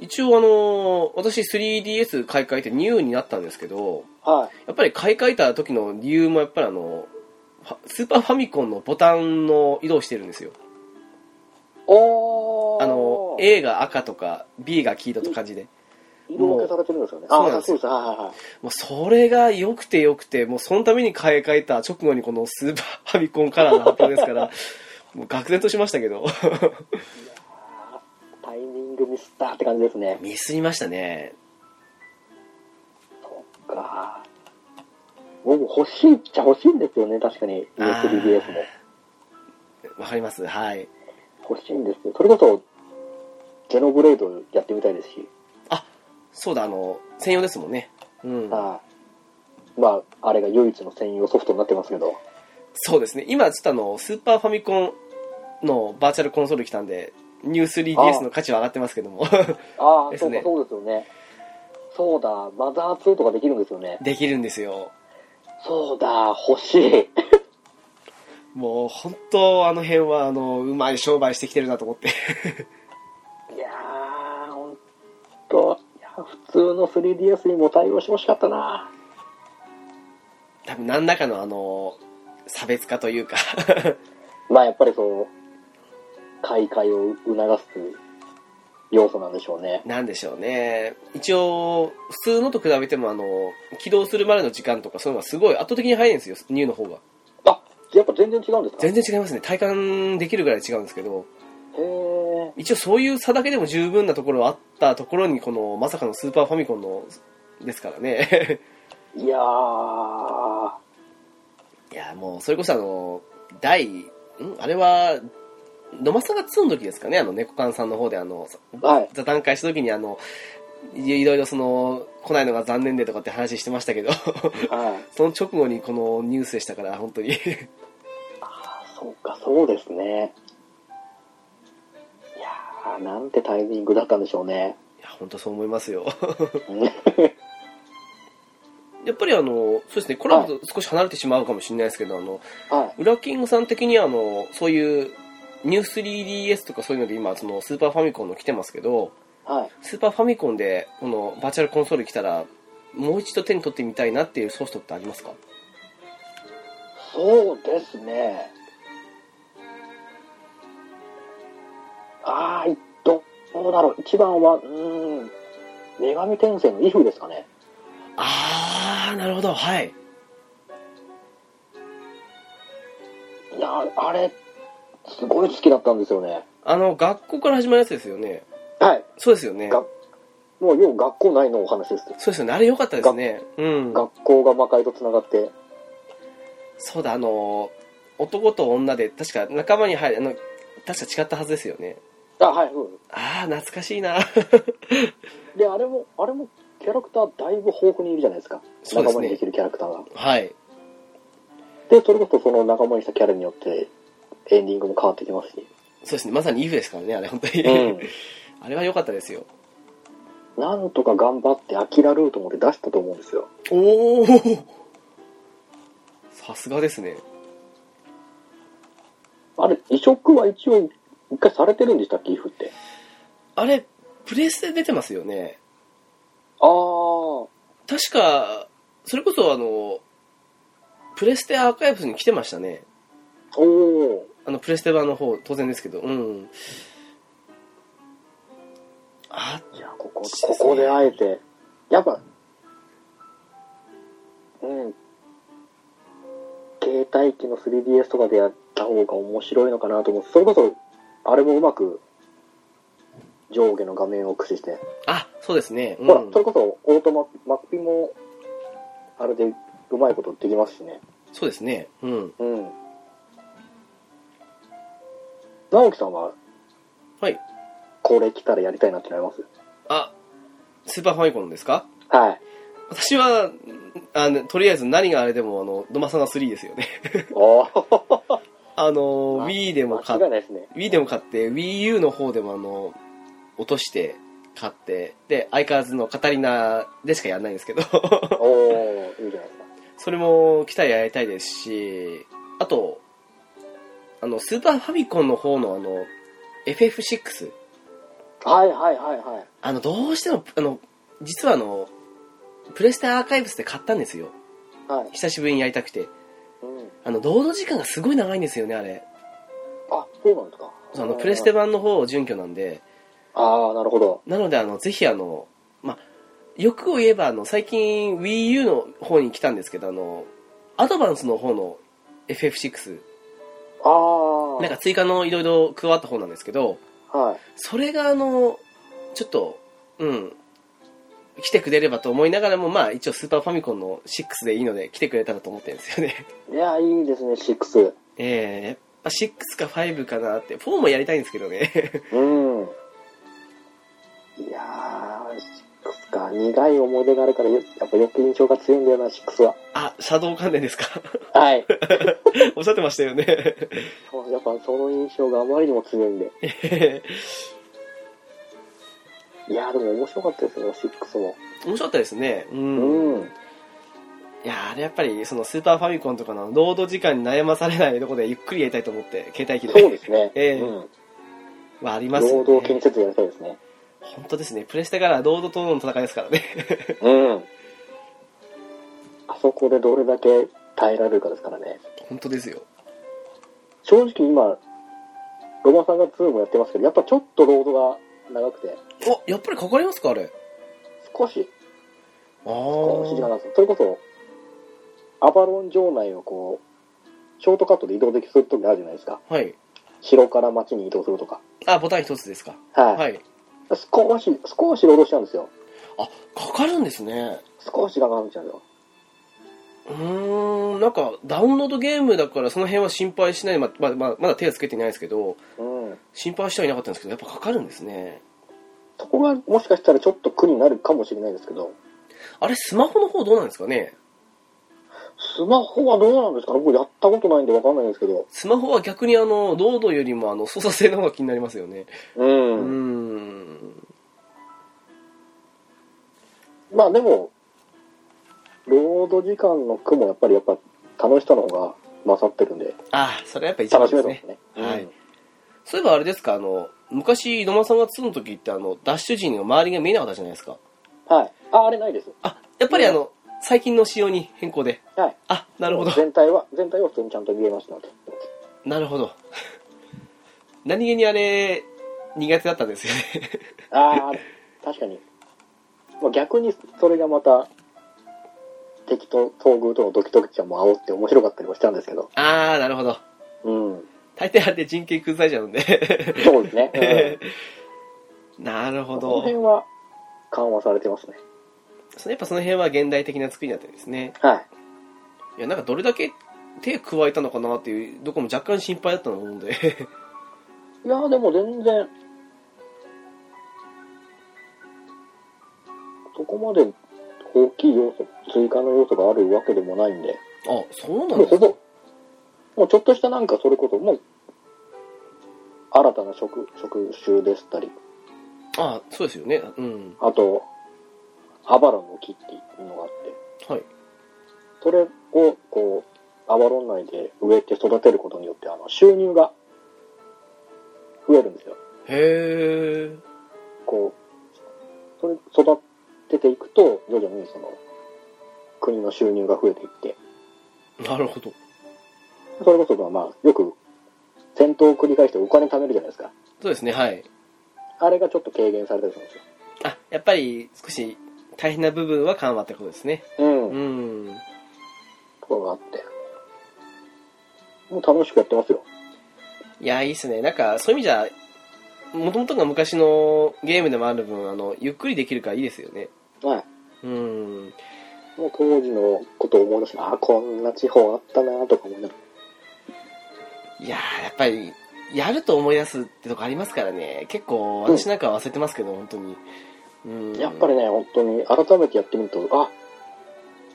A: 一応あのー私 3DS 買い替えてニューになったんですけど、
B: は
A: やっぱり買い替えた時の理由もやっぱりあの、ファスーパーファミコンのボタンの色をしてるんですよ。
B: い。おー。
A: あの、A が赤とか B が黄色と感じで。
B: 色分けされてるんですよね。
A: そうなんですよ
B: あそうはいはいはい。
A: もうそれが良くて良くて、もうそのために買い替えた直後にこのスーパーファミコンカラーの発表ですから、 [laughs] もう愕然としましたけど。
B: タイミングミスったって感じですね。
A: [laughs] ミスりましたね。
B: そっか。僕欲しいっちゃ欲しいんですよね、確かに。
A: あー
B: 3DS も。
A: わかりますはい。
B: 欲しいんですよ。それこそ、ゲノブレードやってみたいですし。
A: そうだ、あの、専用ですもんね。うん。
B: はい。まあ、あれが唯一の専用ソフトになってますけど。
A: そうですね。今、ちょっとあの、スーパーファミコンのバーチャルコンソール来たんで、ニュー
B: あ
A: 3DS
B: あ
A: の価値は上がってますけども。
B: ああ、
A: で
B: そ
A: す
B: う
A: ね
B: か、そうですよね。そうだ、マザー2とかできるんですよね。
A: できるんですよ。
B: そうだ、欲しい。
A: もう、本当あの辺は、あの、うまい商売してきてるなと思って。 [laughs]
B: いやー、ほんと、いや普通の 3DS にも対応してほしかったな。
A: 多分、何らかの、あの、差別化というか。 [laughs]
B: まあ、やっぱりそう、買い替えを促す要素なんでしょうね。
A: なんでしょうね。一応、普通のと比べても、あの、起動するまでの時間とか、そういうのがすごい圧倒的に早いんですよ、ニューの方が。
B: あ、やっぱ全然違うんですか
A: 全然違いますね。体感できるぐらい違うんですけど、
B: へー。
A: 一応そういう差だけでも十分なところはあったところに、この、まさかのスーパーファミコンの、ですからね。
B: いやー、はい
A: や、もう、それこそあの、第、んあれは、野間さんが2の時ですかね、あの、猫缶さんの方で、あの、
B: い。
A: 座談会した時に、あの、いいろいろその、来ないのが残念でとかって話してましたけど、 [laughs]
B: はい。
A: その直後にこのニュースでしたから、本当に。 [laughs]
B: そうか、そうですね。いやー、なんてタイミングだったんでしょうね。
A: いや、本当そう思いますよ。 [laughs]
B: うん [laughs]
A: やっぱりあの、そうですね、コラボと少し離れてしまうかもしれないですけど、あの、
B: はい。
A: ウラキングさん的にはあの、そういう、ニュース 3DS とかそういうので今、その、スーパーファミコンの来てますけど、
B: はい。
A: スーパーファミコンで、この、バーチャルコンソール来たら、もう一度手に取ってみたいなっていうソフトってありますか
B: そうですね。あー、どどうだろう。一番は、うーん、女神転生のイフですかね。
A: あー、なるほど、はい。
B: いやー、あれ、すごい好きだったんですよね。
A: あの、学校から始まるやつですよね。
B: はい。
A: そうですよね。
B: がもう、要は学校内のお話です。
A: そうですよね。あれ良かったですね。うん。
B: 学校が魔界と繋がって。
A: そうだ、あの、男と女で、確か仲間に入る、あの、確か違ったはずですよね。
B: あ、はい、そうで
A: あー、懐かしいな。 [laughs]
B: す。で、あれも、あれも、キャラクターだいぶ豊富にいるじゃないですか。
A: そうですね
B: 仲間にできるキャラクターが。
A: はい。
B: で、それこそその仲間にしたキャラによって、エンディングも変わってきますし。
A: そうですね。まさにイフですからね、あれ、本当に。
B: うん。
A: [laughs] あれは良かったですよ。
B: なんとか頑張って、アキラルートまで出したと思うんですよ。
A: おおさすがですね。
B: あれ、移植は一応、一回されてるんでしたっけ、イフって。
A: あれ、プレスで出てますよね。
B: あー、
A: 確か、それこそあの、プレステアーカイブスに来てましたね。
B: おー。
A: あの、プレステ版の方、当然ですけど。うん。あ、
B: いや、ここ、ここであえて、やっぱ、うん。携帯機の 3DS とかでやった方が面白いのかなと思って、それこそ、あれもうまく、上下の画面を駆使して、
A: あ、そうですね。うん
B: ほら、それこそ、オートマ、マッピも、あれで、うまいことできますしね。
A: そうですね。うん。
B: うん。直樹さんは、
A: はい。
B: これ来たらやりたいなってなります
A: あ、スーパーファミコンですか
B: はい。
A: 私は、あの、とりあえず何があれでも、あの、ドマサナ3ですよね。
B: おー
A: あの、Wii でも買っ
B: 間違いないですね。
A: Wii でも買って、Wii U の方でもあの、落として、買って、で、相変わらずのカタリナでしかやんないんですけど、 [laughs]
B: おおいいじゃないですか。
A: それも来たらやりたいですし、あと、あの、スーパーファミコンの方のあの、FF6。
B: はいはいはいはい。
A: あの、どうしても、あの、実はあの、プレステアーカイブスで買ったんですよ。
B: はい。
A: 久しぶりにやりたくて。
B: うん。
A: あの、労働時間がすごい長いんですよね、あれ。
B: あ、そうなんですか。
A: そうあの、プレステ。版の方準拠なんで。
B: ああ、なるほど。
A: なので、あの、ぜひあの、まあ、欲を言えば、あの、最近 Wii U の方に来たんですけど、あの、アドバンスの方の FF6、
B: ああ。
A: なんか追加のいろいろ加わった方なんですけど、
B: はい。
A: それがあの、ちょっと、うん、来てくれればと思いながらも、まあ一応スーパーファミコンの6でいいので来てくれたらと思ってるんですよね。 [laughs]
B: いや、いいですね、6。
A: ええやっぱ6か5かなって、4もやりたいんですけどね。 [laughs]
B: うん。いやー、6か。苦い思い出があるから、よやっぱ余計印象が強いんだよな、6は。 [laughs]
A: あ、シャドウ関連ですか [laughs]
B: はい。
A: おっしゃってましたよね。 [laughs]
B: そうやっぱその印象があまりにも強いんで。いやー、でも面白かったですね、6も。
A: 面白かったですね。うん。
B: うん。
A: いやーあれやっぱり、そのスーパーファミコンとかの労働時間に悩まされないとこでゆっくりやりたいと思って、携帯機
B: そうで
A: です
B: ね。
A: [laughs] ええ
B: うん。
A: はありますよね。
B: 労働建設やりたいですね。
A: 本当ですね。プレステから労働との戦いですからね。 [laughs]
B: うん。あそこでどれだけ耐えられるかですからね。
A: 本当ですよ。
B: 正直今、ロマさんが2もやってますけど、やっぱちょっとロードが長くて、
A: お、やっぱりかかりますかあれ。
B: 少し、
A: あ
B: 少し時間
A: ー。
B: なんですよそれこそ、アバロン城内をこう、ショートカットで移動できするときあるじゃないですか。
A: はい。
B: 城から町に移動するとか。
A: あ、ボタン一つですか。
B: はい。
A: はい。
B: 少し、少しロードしちゃうんですよ。
A: あ、かかるんですね。
B: 少し時間がかかっちゃうんですよ。
A: うーん、なんか、ダウンロードゲームだから、その辺は心配しない。ま、ま、ままだ手をつけてないですけど、
B: うん。
A: 心配してはいなかったんですけど、やっぱかかるんですね。
B: そこがもしかしたらちょっと苦になるかもしれないですけど、
A: あれ、スマホの方どうなんですかね
B: スマホはどうなんですかね僕やったことないんでわかんないんですけど。
A: スマホは逆にあの、ロードよりもあの、操作性の方が気になりますよね。
B: う
A: うー
B: ん。
A: ん。
B: まあでも、ロード時間の苦もやっぱりやっぱ楽しさの方が勝ってるんで、
A: ああ、それはやっぱ一番
B: 楽し
A: で
B: め
A: す
B: たんで
A: ね
B: す。ね。
A: はい
B: うん
A: そういえばあれですか、あの、昔、野間さんが2の時ってあの、ダッシュ陣の周りが見えなかったじゃないですか。
B: はい。あ、あれないです。
A: あ、やっぱりあの、最近の仕様に変更で。
B: はい。
A: あ、なるほど。
B: 全体は、全体は普通にちゃんと見えましたので。
A: なるほど。何気にあれ、苦手だったんですよね。
B: ああ、確かに。まあ、逆にそれがまた、敵と遭遇とのドキドキ感も煽って面白かったりもしたんですけど。
A: あー、なるほど。 [laughs]
B: うん。
A: 大抵あれで人権崩されちゃうんで。
B: そうですね。うん
A: [laughs] なるほ
B: この
A: ど。
B: 辺は緩和されてますね。
A: そのやっぱその辺は現代的な作りになってるんですね。
B: はい。
A: いや、なんかどれだけ手加えたのかなっていう、どこも若干心配だったのもんで。 [laughs]
B: いやーでも全然、そこまで大きい要素、追加の要素があるわけでもないんで、
A: あ、そうなん
B: もう
A: です
B: ほ
A: か
B: ぼ、もうちょっとしたなんかそれこそ、もう、新たな職、職種でしたり、
A: あ、そうですよね。うん。
B: あと、アバロンの木っていうのがあって、
A: はい。
B: それを、こう、アバロン内で植えて育てることによって、あの、収入が増えるんですよ。
A: へー。
B: こう、それ育てていくと、徐々にその、国の収入が増えていって、
A: なるほど。
B: それこそ、まあ、よく、戦闘を繰り返してお金貯めるじゃないですか。
A: そうですね、はい。
B: あれがちょっと軽減されてるんですよ。
A: あ、やっぱり少し大変な部分は緩和ってことですね。
B: うん。
A: う
B: と
A: ん。
B: ころがあって。もう楽しくやってますよ。
A: いや、いいっすね。なんか、そういう意味じゃ、もともとが昔のゲームでもある分、あの、ゆっくりできるからいいですよね。
B: はい。
A: うん。
B: もう当時のことを思い出して、ああ、こんな地方あったなとかもね。
A: いやー、やっぱり、やると思い出すってとこありますからね。結構、
B: うん
A: 私なんかは忘れてますけど、本当に。うん。
B: やっぱりね、本当に改めてやってみると、あ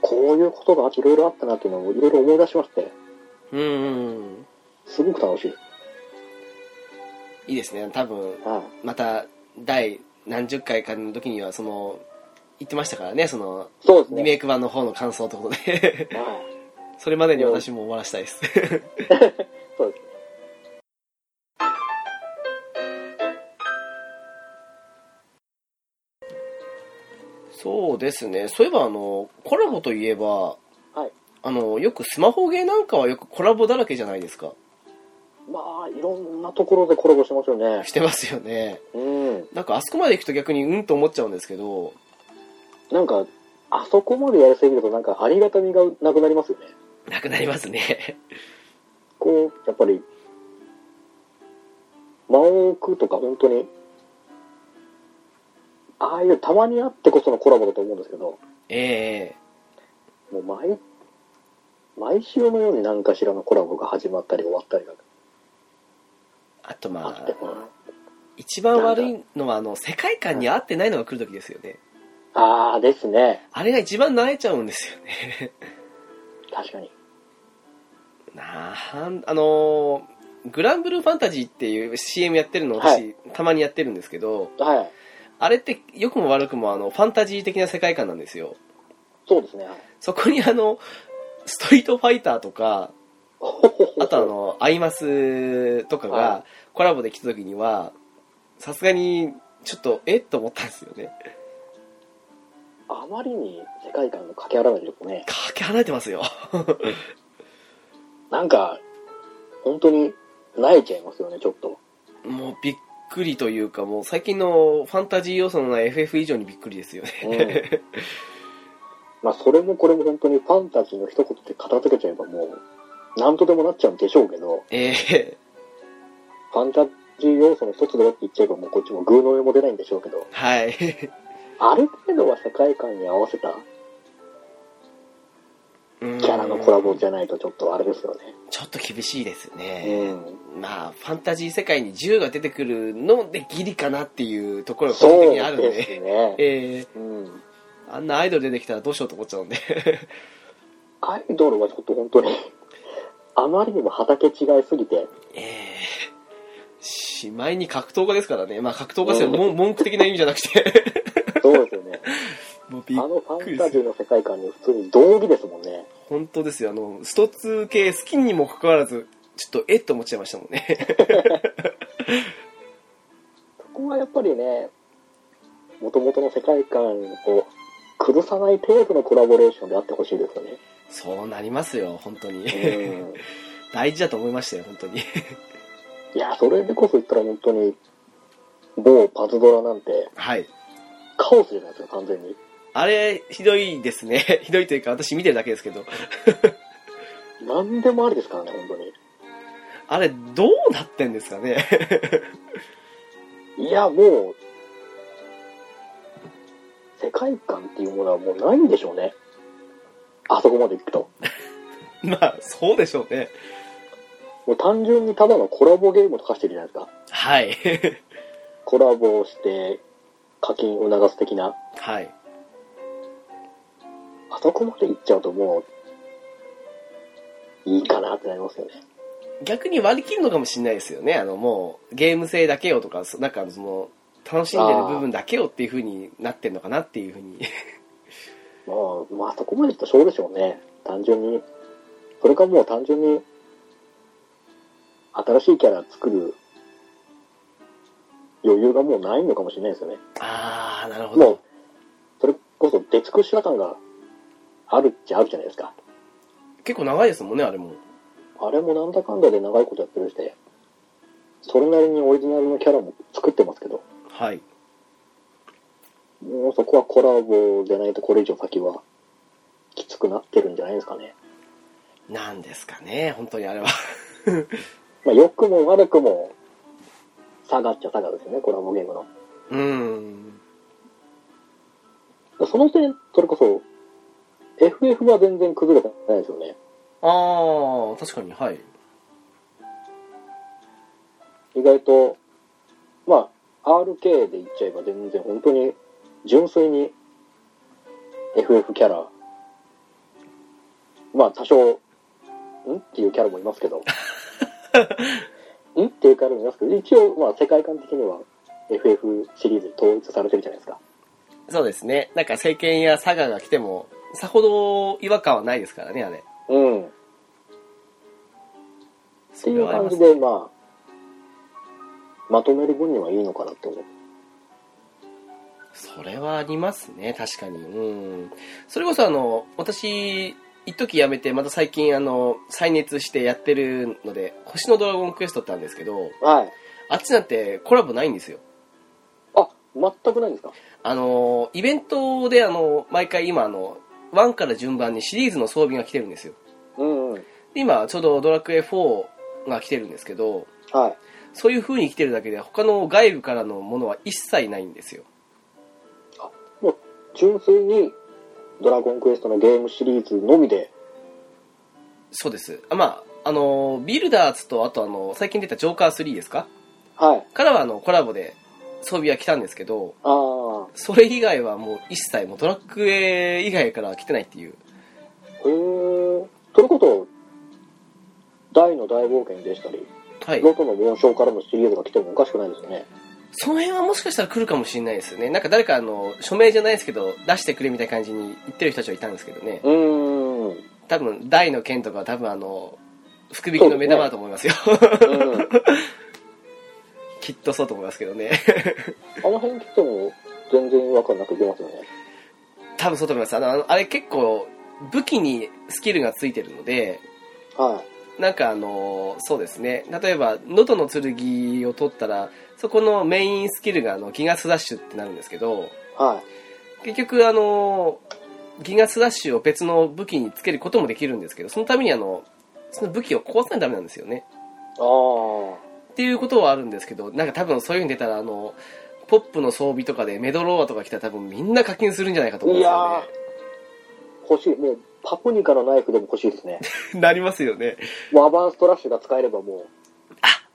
B: こういうことがいろいろあったなっていうのをいろいろ思い出しまして、
A: うんうん。
B: すごく楽しい。
A: いいですね。多分、
B: はい。
A: また、第何十回かの時にはその言ってましたからねその
B: そうです
A: リメ
B: ね。
A: イク版の方の感想ということで [laughs]
B: はい。
A: それまでに私も終わらせたいです [laughs]
B: そうですね。
A: そうですねそういえばあのコラボといえば、
B: はい
A: あのよくスマホゲーなんかはよくコラボだらけじゃないですか
B: まあ、いろんなところでコラボしてますよね
A: し。てますよね
B: うん。
A: なんかあそこまで行くと逆にうんと思っちゃうんですけど
B: なんか、あそこまでやりすぎると、なんかありがたみがなくなりますよね。
A: なくなりますね [laughs]
B: こう、やっぱり、間を置くとか、本当に、ああいうたまにあってこそのコラボだと思うんですけど、
A: ええ
B: もう毎、毎週のように何かしらのコラボが始まったり終わったりが
A: あと
B: あ
A: ま
B: っ
A: あ
B: て、うん
A: 一番悪いのはあの世界観に合ってないのが来る時ですよね
B: ああですね。
A: あれが一番萎えちゃうんですよね [laughs]
B: 確かに。
A: なんあのーグランブルーファンタジーっていう CM やってるの私、
B: はい
A: たまにやってるんですけど
B: はい。
A: あれって良くも悪くもあのファンタジー的な世界観なんですよ
B: そうですね。はい
A: そこにあのストリートファイターと
B: [laughs]
A: かあとあ、の、アイマスとか
B: は
A: がコラボで来た時には、さすがに、ちょっと、えっと思ったんですよね。
B: あまりに世界観の掛け合わないとね、
A: かけ離れてますよ。 [laughs]
B: なんか、本当に、泣いちゃいますよね、ちょっと。
A: もうびっくりというか、もう最近のファンタジー要素のない FF 以上にびっくりですよね。 [laughs]
B: [laughs] うんまあ、それもこれも本当にファンタジーの一言で片付けちゃえばもう、なんとでもなっちゃうんでしょうけど、
A: ええ
B: ファンタジー要素の一つだよって言っちゃえばもうこっちも偶の上も出ないんでしょうけど、
A: はい。
B: ある程度は世界観に合わせた
A: キ
B: キャラのコラボじゃないとちょっとあれですよね。
A: ちょっと厳しいですね。
B: うん。
A: まあ、ファンタジー世界に銃が出てくるのでギリかなっていうところが個人的にあるん
B: そう
A: で。
B: ですね。
A: [laughs] ええ
B: うん。
A: あんなアイドル出てきたらどうしようと思っちゃうんで。 [laughs]
B: アイドルはちょっと本当に、あまりにも畑違いすぎて、
A: ええしまいに格闘家ですからね。まあ格闘家ってもん文句的な意味じゃなくて。 [laughs]
B: そうですよね。
A: もう
B: あ
A: び
B: のフ
A: く
B: ァ
A: りで
B: ンタ
A: す
B: ジーの世界観に普通に道義ですもんね。
A: 本当ですよ。あの、スト2系好きにもかかわらず、ちょっとえっと思っちゃいましたもんね。
B: そこはやっぱりね、もともとの世界観を崩さない程度のコラボレーションであってほしいですよね。
A: [laughs] そうなりますよ、本当に。
B: うん、
A: [laughs] 大事だと思いましたよ、本当に。
B: [laughs] いや、それでこそ言ったら本当に、某パズドラなんて
A: [laughs] はい。
B: カオスじゃないですか、完全に。
A: あれ、ひどいですね。 [laughs] ひどいというか、私見てるだけですけど。
B: 何でもありですからね、本当
A: あれ、どうなってんですかね。 [laughs]
B: に。いや、もう、世界観っていうものはもうないんでしょうね。あそこまで行くと。
A: まあ、そうでしょうね。
B: もう単純にただのコラボゲームと化してるじゃないですか。
A: はい。 [laughs]
B: コラボをして課金促す的な。
A: はい。
B: あそこまで行っちゃうともう、いいかなってなりますよね。
A: 逆に割り切るのかもしれないですよね。あの、もう、ゲーム性だけよとか、そなんかその、楽しんでる部分だけよっていう風になってんのかなっていう風に。
B: まあ、まあ、そこまで行ったらそうでしょうね。単純に。それかもう単純に、新しいキャラ作る余裕がもうないのかもしれないですよね。
A: [laughs] あー、なるほ
B: もう
A: ど。、
B: それこそ出尽くした感があるっちゃあるじゃないですか。
A: 結構長いですもんね、あれも。
B: あれもなんだかんだで長いことやってるして、それなりにオリジナルのキャラも作ってますけど、
A: はい。
B: もうそこはコラボでないとこれ以上先はきつくなってるんじゃないですかね。
A: なんですかね、本当にあれは。 [laughs]
B: まあ、良くも悪くも下がっちゃ下がですよね、コラボゲームの。
A: うーん。
B: その点、それこそ、FF は全然崩れてないですよね。
A: あー、確かに、はい。
B: 意外と、まあ、RK で言っちゃえば全然本当に純粋に FF キャラ、まあ多少、んっていうキャラもい
A: [laughs]
B: ますけど、んっていうキャラもいますけど、一応まあ世界観的には FF シリーズに統一されてるじゃないですか。
A: そうですね。なんか政権や佐賀が来ても、さほど違和感はないですからね、あれ。
B: うん。っ
A: そ
B: てい
A: れ
B: う
A: はあり
B: 感
A: ま
B: じ
A: すね。
B: で、まあ、まとめる分にはいいのかなって思う。
A: それはありますね、確かに。うん。それこそあの、私、一時辞めて、また最近あの、再熱してやってるので、星のドラゴンクエストってあるんですけど、
B: はい。
A: あっちなんてコラボないんですよ。
B: あ、全くないんですか
A: あの、イベントであの、毎回今あの、1から順番にシリーズの装備が来てるんですよ。
B: うんうん。
A: で今、ちょうどドラクエ4が来てるんですけど、
B: はい。
A: そういう風に来てるだけで、他の外部からのものは一切ないんですよ。
B: 純粋に、ドラゴンクエストのゲームシリーズのみで、
A: そうです。あまあ、あの、ビルダーズと、あとあの、最近出たジョーカー3ですか
B: はい。
A: からはあの、コラボで装備は来たんですけど、
B: ああ、
A: それ以外はもう一切、もうドラクエ以外からは来てないっていう。
B: へえ。それこそ、大の大冒険でしたり、
A: はい。
B: ロトの紋章からのシリーズが来てもおかしくないですよね。
A: その辺はもしかしたら来るかもしれないですよね。なんか誰かあの、署名じゃないですけど、出してくれみたいな感じに言ってる人たちはいたんですけどね。
B: うーん。
A: 多分、大の剣とかは多分あの、福引きの目玉だと思いますよ。
B: うん
A: きっとそうと思いますけどね。 [laughs]
B: あの辺来ても全然違和感なくいけますよね。
A: 多分そうだと思いますあのあのあれ結構武器にスキルがついてるので
B: はい。
A: なんかあのそうですね例えば喉の剣を取ったらそこのメインスキルがあのギガスダッシュってなるんですけど
B: はい。
A: 結局あのギガスダッシュを別の武器につけることもできるんですけどそのためにあのその武器を壊さないとダメなんですよね
B: ああ。
A: っていうことはあるんですけどなんか多分そういう風に出たらあのポップの装備とかでメドローアとか来たら多分みんな課金するんじゃないかと思うん
B: い
A: です
B: や
A: よ
B: ー、欲しい。もう、パプニカのナイフでも欲し
A: [laughs]
B: いですね。
A: ねなりますよね
B: もうアバンストラッシュが使えればもう、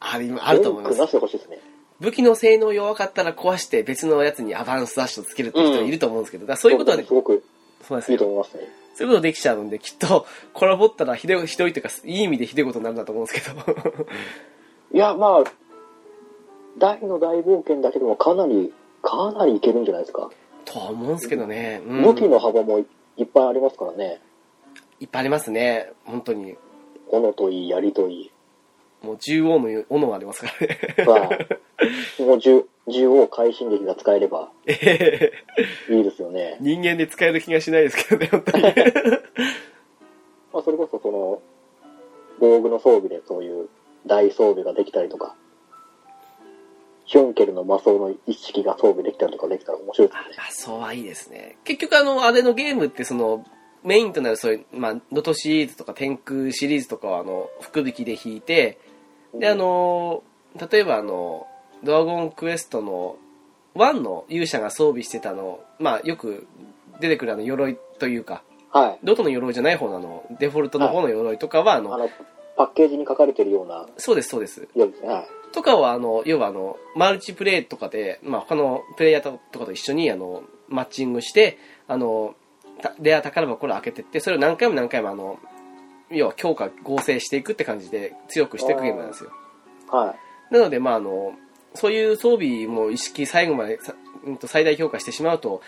A: ありあると思います
B: 文句なしで欲しいですね。
A: 武器の性能弱かったら壊して別のやつにアバンスダッシュをつけるって人いると思うんですけど、だからそういうことはね、
B: すごく
A: そうなんです
B: いい
A: よ。
B: と思いますね。
A: そういうことできちゃうんで、きっと、コラボったらひどい、ひどいというか、いい意味でひどいことになるんだと思うん [laughs] ですけど。
B: いや、まあ、大の大冒険だけでもかなり、かなりいけるんじゃないですか。
A: とは思うんですけどね。うん
B: 武器の幅もいいっぱいありますからね。
A: いっぱいありますね。本当に。
B: 斧といい、槍といい。
A: もう縦横の斧がありますからね。 [laughs]
B: はい。もう銃、銃を快進撃が使えれば
A: ええ
B: いいですよね。
A: [laughs] 人間で使える気がしないですけどね、本当に。
B: まあ、それこそその、防具の装備でそういう大装備ができたりとか、ヒュンケルの魔装の一式が装備できたりとかできたら面白いで
A: あ、そうはいいですね。結局あの、あれのゲームってその、メインとなるそういう、まあ、能登シリーズとか天空シリーズとかはあの、福引きで引いて、
B: すね。
A: であ、のー例えばあのドラゴンクエストの1の勇者が装備してたのまあよく出てくるあの鎧というか
B: はい。
A: ドトの鎧じゃない方のあのデフォルトの方の鎧とかはあの、
B: あの、パッケージに書かれてるような
A: そうですそうです
B: ようですね。はい。
A: とかはあの要はあのマルチプレイとかで、まあ、他のプレイヤーとかと一緒にあのマッチングしてあのたレア宝箱を開けてってそれを何回も何回もあの要は強化合成していくって感じで強くしていくゲームなんですよ
B: はい。
A: なので、まあ、あの、そういう装備も意識最後までさ、うん、と最大評価してしまうと、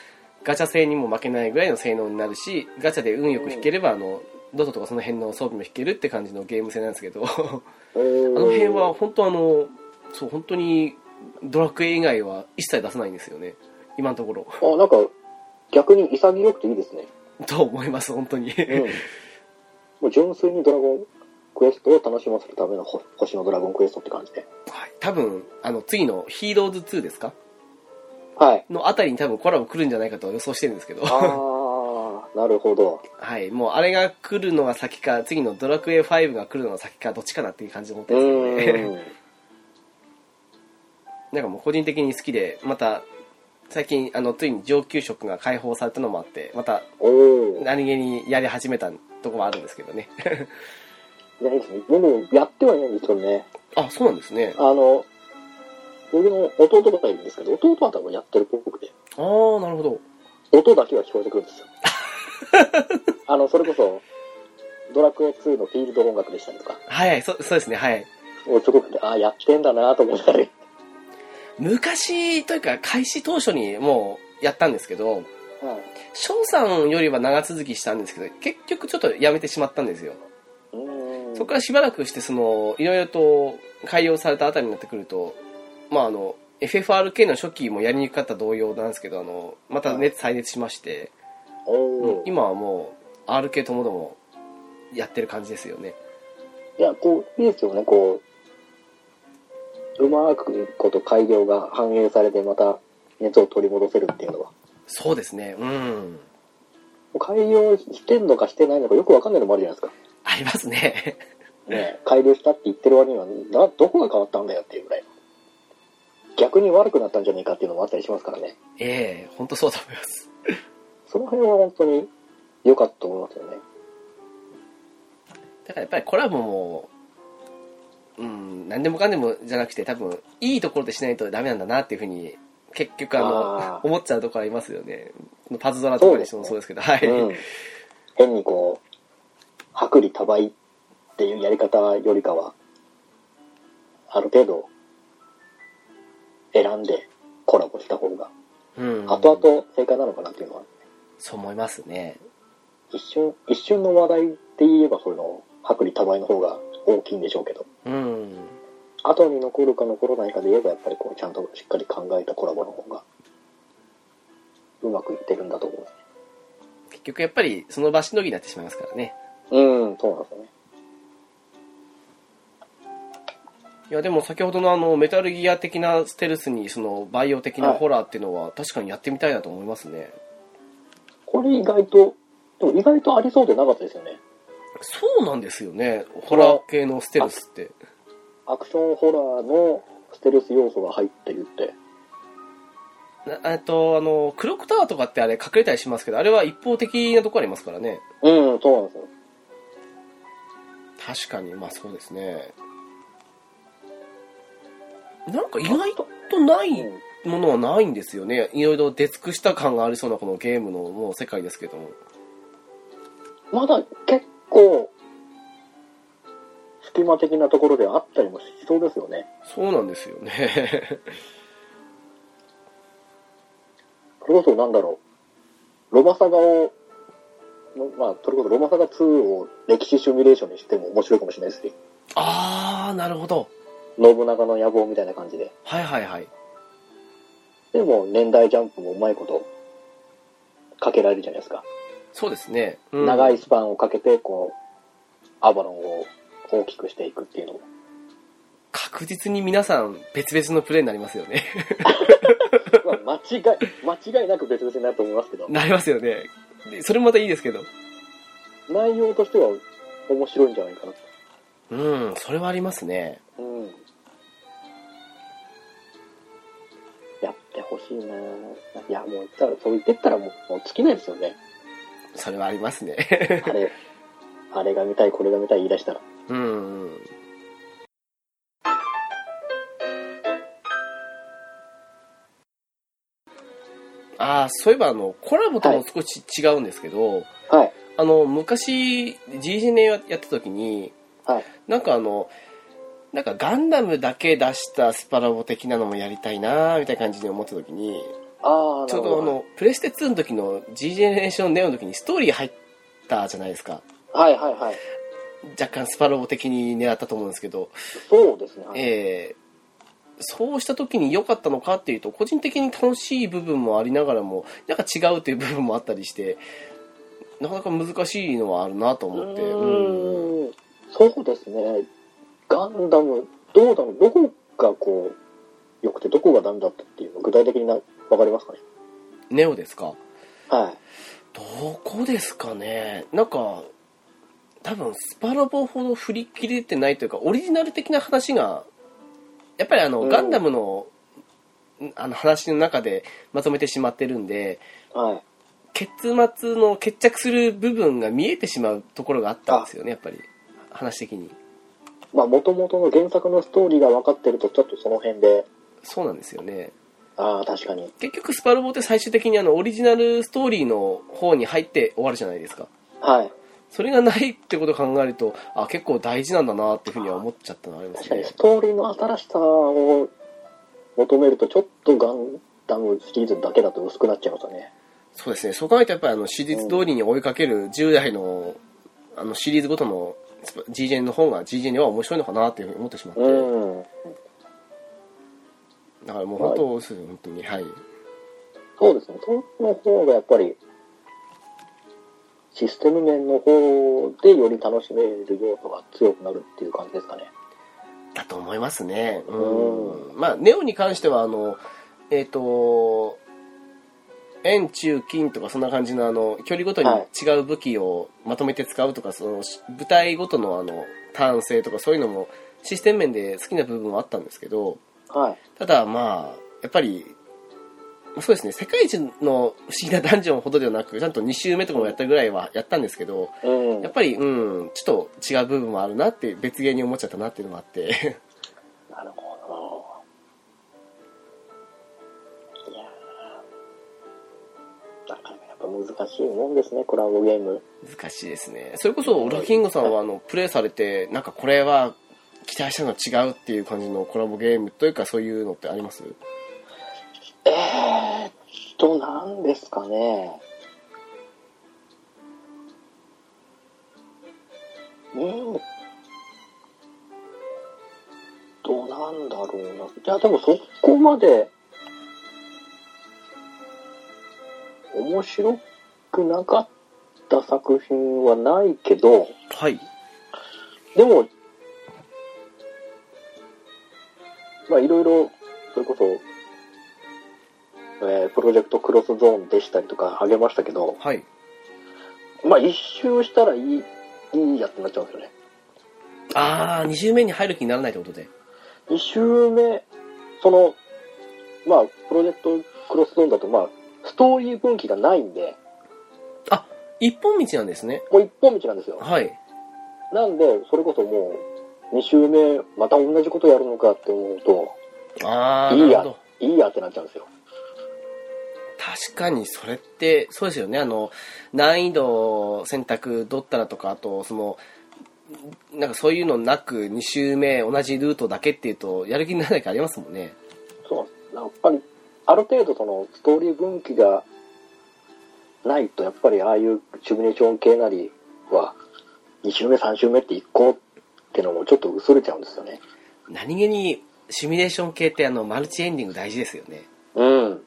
A: ガチャ性にも負けないぐらいの性能になるし、ガチャで運よく引ければ、あの、ドトとかその辺の装備も引けるって感じのゲーム性なんですけど、あ
B: えー
A: の辺は、本当あの、そう、本当にドラクエ以外は一切出さないんですよね。今のところ。 [laughs]
B: あ、なんか、逆に潔くていいですね。
A: と思います、本当に。
B: うん。もう純粋にドラゴンクエストを楽しませるためのほ星のドラゴンクエストって感じで。
A: はい多分、あの、次のヒーローズ2ですか [laughs]
B: はい。
A: のあたりに多分コラボ来るんじゃないかと予想してるんですけど。
B: あー、なるほど。
A: はい、もうあれが来るのが先か、次のドラクエ5が来るのが先か、どっちかなっていう感じで思って
B: う
A: るんですけどね。
B: ーん。
A: [laughs] なんかもう個人的に好きで、また、最近、あの、ついに上級職が解放されたのもあって、また、
B: お
A: [laughs]
B: ー。
A: 何気にやり始めたとこはあるんですけどね。
B: いや、いいですね。僕もやってはいないんですけどね。
A: あ、そうなんですね。あ
B: あの、僕の弟がいるんですけど、弟は多分やってるっぽくて、
A: あー、なるほど。
B: 音だけは聞こえてくる
A: [laughs]
B: んですよ。あの、それこそ、ドラクエ2のフィールド音楽でしたりとか、
A: はい、はい、そそうですね、はい。
B: もうすごくて、ああ、やってんだなと思ったり。
A: 昔というか開始当初にもうやったんですけど、
B: はい。
A: 翔さんよりは長続きしたんですけど、結局ちょっとやめてしまったんですよ。
B: うーん
A: そこからしばらくして、その、いろいろと改良されたあたりになってくると、まああの、FFRK の初期もやりにくかった同様なんですけど、あの、また熱再熱しまして、
B: おー
A: 今はもう RK ともどもやってる感じですよね。
B: いや、こう、いいですよね、こう、うまくこと改良が反映されて、また熱を取り戻せるっていうのは。
A: そうですね、うん。
B: 改良してんのかしてないのかよくわかんないのもあるじゃないですか。
A: ありますね。 [laughs]
B: ねえ改良したって言ってる割には、などこが変わったんだよっていうぐらい。逆に悪くなったんじゃないかっていうのもあったりしますからね。
A: ええ本当そうだと思います。
B: その辺は本当に良かったと思いますよね。
A: だからやっぱりこれはもう、うん、何でもかんでもじゃなくて多分、いいところでしないとダメなんだなっていうふうに、結局あの、
B: あー
A: 思っちゃうところありますよね。パズドラとかにしてもそうですけど、はい。
B: うん。変にこう、薄利多売っていうやり方よりかは、ある程度、選んでコラボした方が、
A: うん
B: 後々正解なのかなっていうのは、
A: そう思いますね。
B: 一瞬、一瞬の話題って言えば、その、薄利多売の方が大きいんでしょうけど、
A: うん。
B: 後に残るか残らないかで言えば、やっぱりこう、ちゃんとしっかり考えたコラボの方が、うまくいってるんだと思う。
A: 結局やっぱりその場しのぎになってしまいますからね。
B: うん、そうなんですよね。
A: いやでも先ほどのあのメタルギア的なステルスにそのバイオ的なホラーっていうのは確かにやってみたいなと思いますね。
B: これ意外と、でも意外とありそうでなかったですよね。
A: そうなんですよね。ホラー系のステルスって。
B: アクションホラーのステルス要素が入ってるって。
A: なえっと、あの、クロックタワーとかってあれ隠れたりしますけど、あれは一方的なとこありますからね。
B: うん、そうなんですよ。
A: 確かに、まあそうですね。なんか意外とないものはないんですよね。いろいろ出尽くした感がありそうなこのゲームのもう世界ですけども。
B: うん、まだ結構、隙間的なところであったりもしそうですよね。
A: そうなんですよね。
B: それこそなんだろう。ロマサガを、のまあ、それこそロマサガ2を歴史シミュレーションにしても面白いかもしれないですし、
A: [laughs] あー、なるほど。
B: 信長の野望みたいな感じで。
A: はいはいはい。
B: でも、年代ジャンプもうまいこと、かけられるじゃないですか。
A: そうですね。うん
B: 長いスパンをかけて、こう、アバロンを大きくしていくっていうのも。
A: 確実に皆さん別々のプレイになりますよね。 [laughs]
B: まあ間違い、 [laughs] 間違いなく別々になると思いますけど、
A: なりますよね。でそれもまたいいですけど。
B: 内容としては面白いんじゃないかなと。
A: うん、それはありますね。
B: うん。やってほしいなぁいや、もう、ただそう言ってったらもう、もう尽きないで
A: [laughs]
B: すよね。
A: それはありますね。
B: あれ、あれが見たい、これが見たい言い出したら。
A: うんうん。ああ、そういえばあの、コラボとも少し違うんですけど、
B: はい。
A: あの、昔、GGN やってた時に、
B: はい。
A: なんかあの、なんかガンダムだけ出したスパラボ的なのもやりたいなーみたいな感じに思った時に、
B: ああ、
A: ち
B: な
A: ょ
B: る
A: う
B: ほ
A: どあ
B: ど。
A: の、プレステ2の時の G ジェネレーションネオの時にストーリー入ったじゃないですか。
B: はいはいはい。
A: 若干スパラボ的に狙ったと思うんですけど、
B: そうですね。はい
A: えーそうした時に良かったのかっていうと、個人的に楽しい部分もありながらも、なんか違うという部分もあったりして、なかなか難しいのはあるなと思って。うん
B: うーんそうですね。ガンダム、どうだろう、どこがこう、良くてどこがダメだったっていうの、具体的にな、わかりますかね
A: ネオですか
B: はい。
A: どこですかねなんか、多分スパロボほど振り切れてないというか、オリジナル的な話が、やっぱりあの、
B: うん
A: ガンダムの、んあの話の中でまとめてしまってるんで、
B: はい。
A: 結末の決着する部分が見えてしまうところがあったんですよね、やっぱり。話的に。
B: まあ、もともとの原作のストーリーが分かってると、ちょっとその辺で、
A: そうなんですよね。
B: ああ、確かに。
A: 結局スパロボって最終的にあの、オリジナルストーリーの方に入って終わるじゃないですか。
B: はい。
A: それがないってことを考えると、あ、結構大事なんだなっていうふうには思っちゃったのはありま
B: 確
A: す
B: かに、
A: ね
B: ス。トーリーの新しさを求めるとちょっとガンダムシリーズだけだと薄くなっちゃいましたね。
A: そうですね。そう考えるとやっぱりあの、史実通りに追いかける10代の、あの、シリーズごとの GJN の方が GJN は面白いのかなっていうふうに思ってしまって。
B: うん。
A: だからもう本当、そうです本当に。はい。
B: そうですね。その方がやっぱり、システム面の方でより楽しめる要素が強くなるっていう感じですかね。
A: だと思いますね。う。
B: うん
A: まあ、ネオに関しては、あの、えっ、と、円、中、金とかそんな感じの、あの、距離ごとに
B: はい
A: 違う武器をまとめて使うとか、その、し部隊ごとの、あの、単性とかそういうのも、システム面で好きな部分はあったんですけど、
B: はい。
A: ただまあやっぱりそうですね世界一の不思議なダンジョンほどではなくちゃんと2周目とかもやったぐらいはやったんですけど
B: うん
A: やっぱりうんちょっと違う部分もあるなって別芸に思っちゃったなっていうのもあって
B: なるほど。いやーなかなかやっぱ難しいもんですね、コラボゲーム。
A: 難しいですねそれこそ裏キングさんはあのプレイされてなんかこれは期待したのと違うっていう感じのコラボゲームというかそういうのってあります
B: えーっと、なんですかね。うん。どうなんだろうな。いや、でもそこまで、面白くなかった作品はないけど、
A: はい
B: でも、まあいろいろ、それこそ、えープロジェクトクロスゾーンでしたりとかあげましたけど、
A: はい
B: まあ一周したらいい、いいやつになっちゃうんですよね。
A: ああ2周目に入る気にならないってことで
B: 一周目、その、まあプロジェクトクロスゾーンだとまあ、ストーリー分岐がないんで、
A: あ一本道なんですね
B: もう一本道なんですよ。
A: はい
B: なんで、それこそもう、二周目、また同じことやるのかって思うと、
A: ああ
B: い
A: ないるほ
B: や
A: ど、
B: いいやってなっちゃうんですよ。
A: 確かにそれってそうですよねあの難易度選択どったらとかあとそのなんかそういうのなく2周目同じルートだけっていうとやる気にならないかありますもんね
B: そうやっぱりある程度そのストーリー分岐がないとやっぱりああいうシミュレーション系なりは2周目3周目っていこうってのもちょっと薄れちゃうんですよね
A: 何気にシミュレーション系ってあのマルチエンディング大事ですよね
B: うん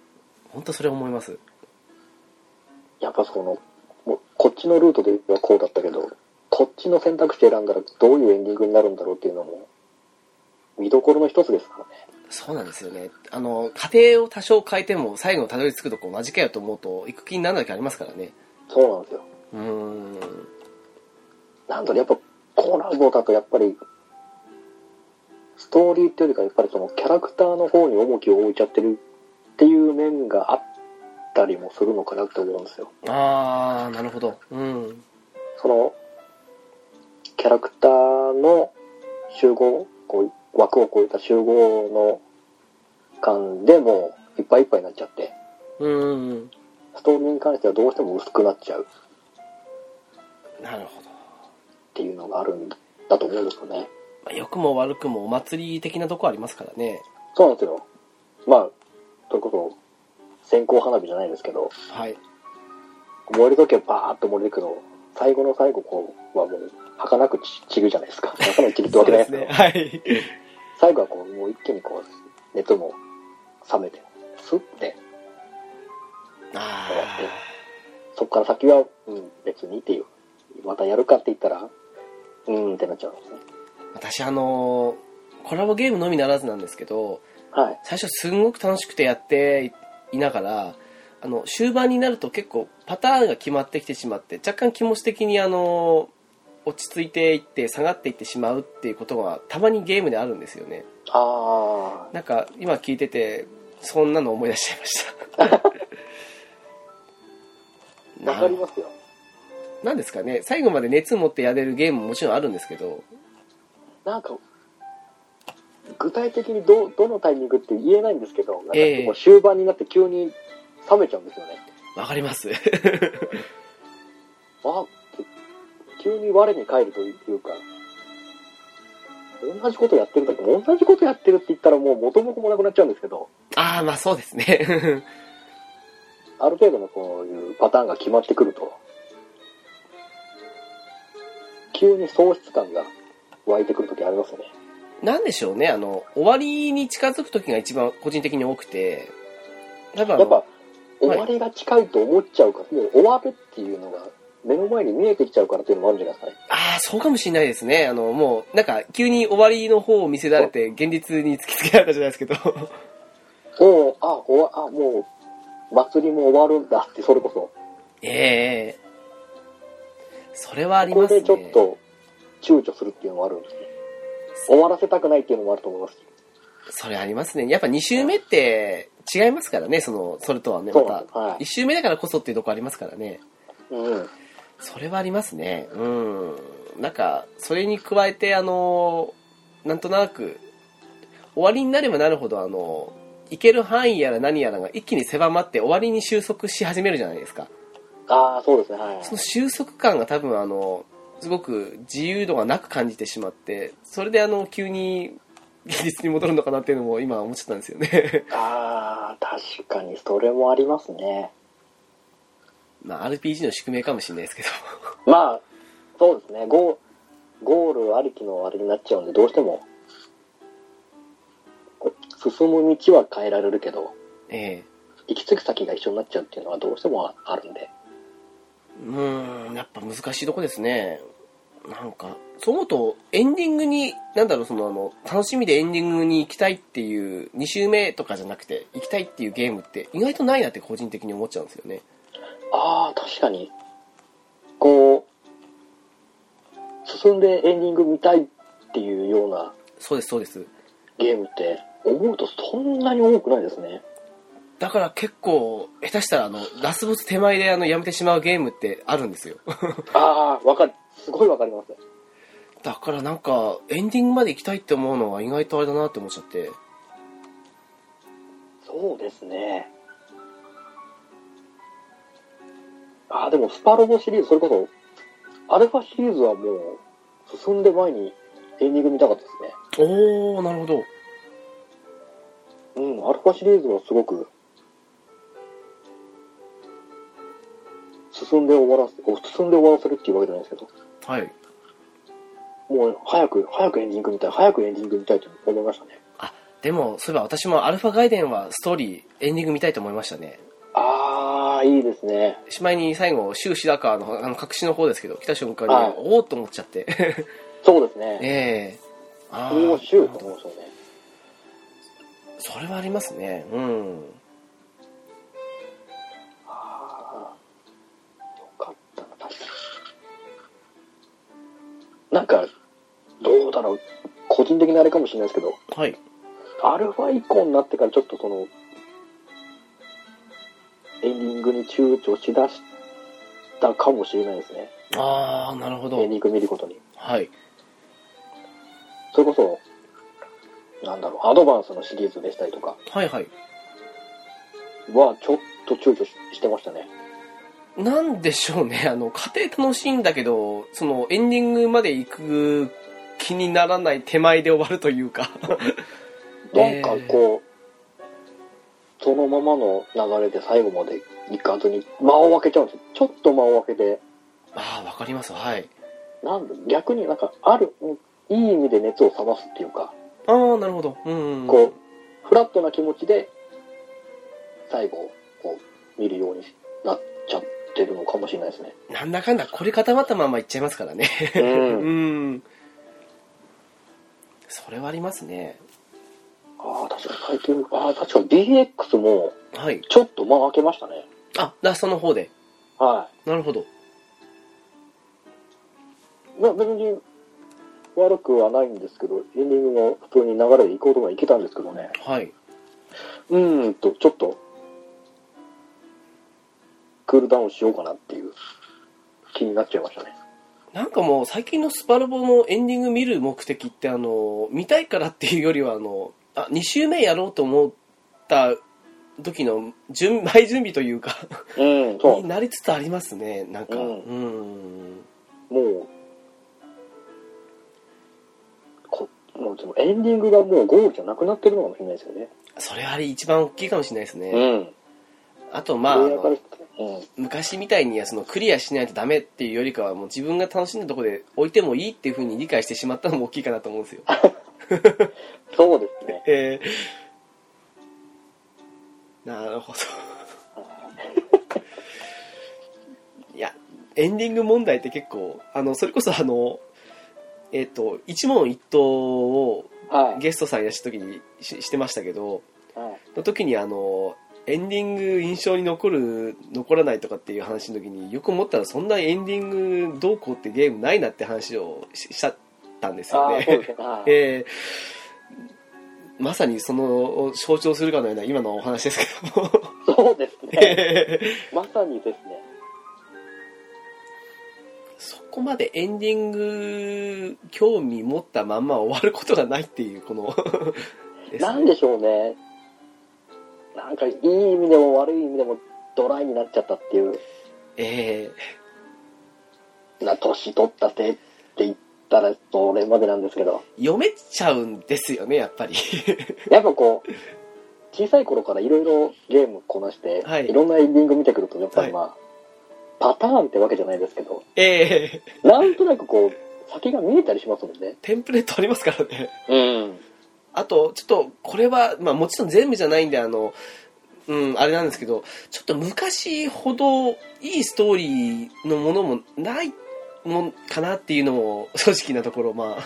A: 本当それ思います
B: やっぱそのもうこっちのルートではこうだったけどこっちの選択肢選んだらどういうエンディングになるんだろうっていうのも見どころの一つですからね
A: そうなんですよねあの過程を多少変えても最後にたどり着くとこ同じかよと思うと行く気にならない時ありますからね
B: そうなんですよ
A: うーん
B: なんだろうやっぱコラボだとやっぱりストーリーっていうよりかやっぱりそのキャラクターの方に重きを置いちゃってるっていう面があったりもするのかなって思うんですよ
A: ああなるほどうん
B: そのキャラクターの集合こう枠を超えた集合の間でもいっぱいいっぱいになっちゃって
A: うん
B: ストーリーに関してはどうしても薄くなっちゃうっ
A: なるほど
B: ていうのがあるんだと思うんですよね
A: まあ良くも悪くもお祭り的なとこありますからね。
B: そうなんですよまあそれこそ線香花火じゃないですけど
A: はい。
B: 燃える時はバーッと燃えてくの最後の最後こうはもう儚くち散るじゃない [laughs] ですか儚く散るってわけないですけど
A: はい。
B: 最後はこうもう一気にこう熱も冷めてスッて
A: あ
B: そこから先は、うん、別にっていうまたやるかって言ったらうーんってなっちゃうんですね
A: あ。私あのーコラボゲームのみならずなんですけど、
B: はい
A: 最初すんごく楽しくてやっていながら、あの、終盤になると結構パターンが決まってきてしまって、若干気持ち的にあのー落ち着いていって下がっていってしまうっていうことがたまにゲームであるんですよね。
B: あ
A: なんか今聞いててそんなの思い出しちゃいました
B: あ [laughs] わかりますよ
A: なんですかね最後まで熱持ってやれるゲームももちろんあるんですけど
B: なんか具体的にどどのタイミングって言えないんですけどなんか
A: ええ
B: もう終盤になって急に冷めちゃうんですよね、
A: わかります [laughs]
B: あ急に我に返るというか同じことやってるんだけど、同じことやってるって言ったらもう元も子もなくなっちゃうんですけど、
A: ああ、まあそうですね。
B: ある程度のこういうパターンが決まってくると、急に喪失感が湧いてくるときありますね。
A: なんでしょうね、あの、終わりに近づく時が一番個人的に多くて、多分あ
B: や
A: の
B: っぱ、終わりが近いと思っちゃうから、もう終わるっていうのが目の前に見えてきちゃうからっていうのもあるんじゃないですかね。
A: ああ、そうかもしれないですね。あの、もう、なんか、急に終わりの方を見せられて、現実に突きつけられたじゃないですけ
B: [laughs]
A: ど。
B: もう、あ、終わ、あ、もう、祭りも終わるんだって、それこそ。
A: ええそれはあり
B: こ
A: ま
B: れ
A: すね。
B: でちょっと、躊躇するっていうのもあるんですね。終わらせたくないっていうのもあると思います。
A: それありますね。やっぱ2周目って違いますからね、その、それとはね、
B: そ
A: ま
B: うな
A: た
B: んです。。は
A: 1
B: い。
A: 周目だからこそっていうとこありますからね。
B: うん。
A: それはありますね。うん。なんか、それに加えて、あの、なんとなく、終わりになればなるほど、あの、行ける範囲やら何やらが一気に狭まって終わりに収束し始めるじゃないですか。
B: ああ、そうですね。はい。
A: その収束感が多分あのすごく自由度がなく感じてしまってそれであの急に現実に戻るのかなっていうのも今思っちゃったんですよね [laughs]
B: ああ、確かに、それもありますね。
A: まあ RPG の宿命かもしれないですけど [laughs]
B: まあ、そうですね。ゴーゴールありきのあれになっちゃうんで、どうしても、こう進む道は変えられるけど、
A: ええ
B: 行き着く先が一緒になっちゃうっていうのはどうしてもあるんで。
A: うーんやっぱ難しいとこですねなんかそう思うとエンディングになんだろうそのあの楽しみでエンディングに行きたいっていう2周目とかじゃなくて行きたいっていうゲームって意外とないなって個人的に思っちゃうんですよね
B: ああ、確かに。こう、進んでエンディング見たいっていうような
A: そうですそうです
B: ゲームって、思うとそんなに多くないですね。
A: だから結構下手したらあのラスボス手前であのやめてしまうゲームってあるんですよ
B: [laughs]
A: [laughs]
B: ああ、わかる。すごいわかります。
A: だからなんかエンディングまで行きたいって思うのは意外とあれだなって思っちゃって
B: そうですね。ああ、でもスパロボシリーズ、それこそ、アルファシリーズはもう、進んで前にエンディング見たかったですね。
A: おおなるほど
B: うん、アルファシリーズもすごく、進んで終わらせ、進んで終わらせるっていうわけじゃないですけど、
A: はい
B: もう早く、早くエンディング見たい、早くエンディング見たいと思いましたね。
A: でもそういえば私もアルファガイデンはストーリーエンディング見たいと思いましたね
B: あー、いいですね。
A: しまいに最後終始だかのあの隠しの方ですけど来た瞬間に、
B: はい
A: おおっと思っちゃって [laughs]
B: そうですね。
A: ええあ
B: これも
A: あ
B: シューと思いましたね。
A: それはありますねうん
B: あー、よかったな、確かに。なんか、どうだろう。個人的なあれかもしれないですけど、
A: はい
B: アルファ以降になってからちょっとその、エンディングに躊躇しだしたかもしれないですね。
A: ああなるほ
B: エ
A: ど
B: ンディング見ることに。
A: はい
B: それこそ、なんだろう、アドバンスのシリーズでしたりとか
A: はいはい
B: は、ちょっと躊躇ししてましたね。
A: なんでしょうね、 [laughs] あの、家庭楽しいんだけど、その、エンディングまで行く気にならない手前で終わるというか。 [laughs]
B: なんかこう、そのままの流れで最後まで行かずに、間を空けちゃうんですよ。ちょっと間を空けて、
A: ああ、わかります、はい。
B: なんだ逆になんか、ある、いい意味で熱を冷ますっていうか、
A: ああ、なるほど。うん、うん。
B: こう、フラットな気持ちで、最後をこう見るようになっちゃってるのかもしれないです
A: [laughs]
B: ね。
A: なんだかんだ、凝り固まったまま行っちゃいますからね。う
B: うん。
A: ん。それはありますね。
B: ああ、確かに最近、ああ、確かに BX も、
A: はい。
B: ちょっと間開けましたね。
A: あ、ラストの方で。
B: は
A: なるほど。
B: い。まあ別に、悪くはないんですけど、エンディングも普通に流れで行こうとか行けたんですけどね。
A: はい。
B: うーんと、ちょっと、クールダウンしようかなっていう気になっちゃいましたね。
A: なんかもう、最近のスパルボのエンディング見る目的って、あの、見たいからっていうよりは、あの、あ、2周目やろうと思った時の準 [laughs] 前準備というか、
B: うん、そう
A: に。なりつつありますね、なんか。う
B: うんん。もう、このうちもエンディングがもうゴールじゃなくなってるのかもしれないですよね。
A: それは一番大きいかもしれないですね。
B: うん。
A: あと、まあ、あ
B: プレイヤーから
A: の
B: してうん。
A: 昔みたいにそのクリアしないとダメっていうよりかは、もう自分が楽しんだところで置いてもいいっていうふうに理解してしまったのも大きいかなと思うんですよ。
B: そうですね。
A: えー [laughs] なるほど。いや、エンディング問題って結構、あの、それこそあの、えっ、と、一問一答を
B: はい。
A: ゲストさんやした時にししてましたけど、
B: はい。
A: の時にあの、エンディング印象に残る、残らないとかっていう話の時によく思ったらそんなエンディングどうこうってゲームないなって話をししちゃったんですよ
B: あ
A: ね
B: あ、。そうですね。はい。
A: [laughs] えーまさにそのを象徴するかのような今のお話ですけども、
B: そうですね。
A: [laughs] えー
B: まさにですね。
A: そこまでエンディング興味持ったまんま終わることがないっていうこのですね
B: [laughs] なんでしょうね。なんかいい意味でも悪い意味でもドライになっちゃったっていう。
A: え
B: な、年取ったせいって言ったらそれまでなんですけど。
A: ー読めちゃうんですよねやっぱり [laughs]
B: やっぱこう、小さい頃からいろいろゲームこなして、
A: はい
B: い、ろんなエンディング見てくると、やっぱりまあ、パターンってわけじゃないですけど、
A: えー
B: なんとなくこう、先が見えたりしますもんね。
A: テンプレートありますからね
B: うん。
A: あとちょっとこれは、まあ、もちろん全部じゃないんであのうん、あれなんですけど、ちょっと昔ほどいいストーリーのものもないもんかなっていうのも [laughs] 正直なところ、ま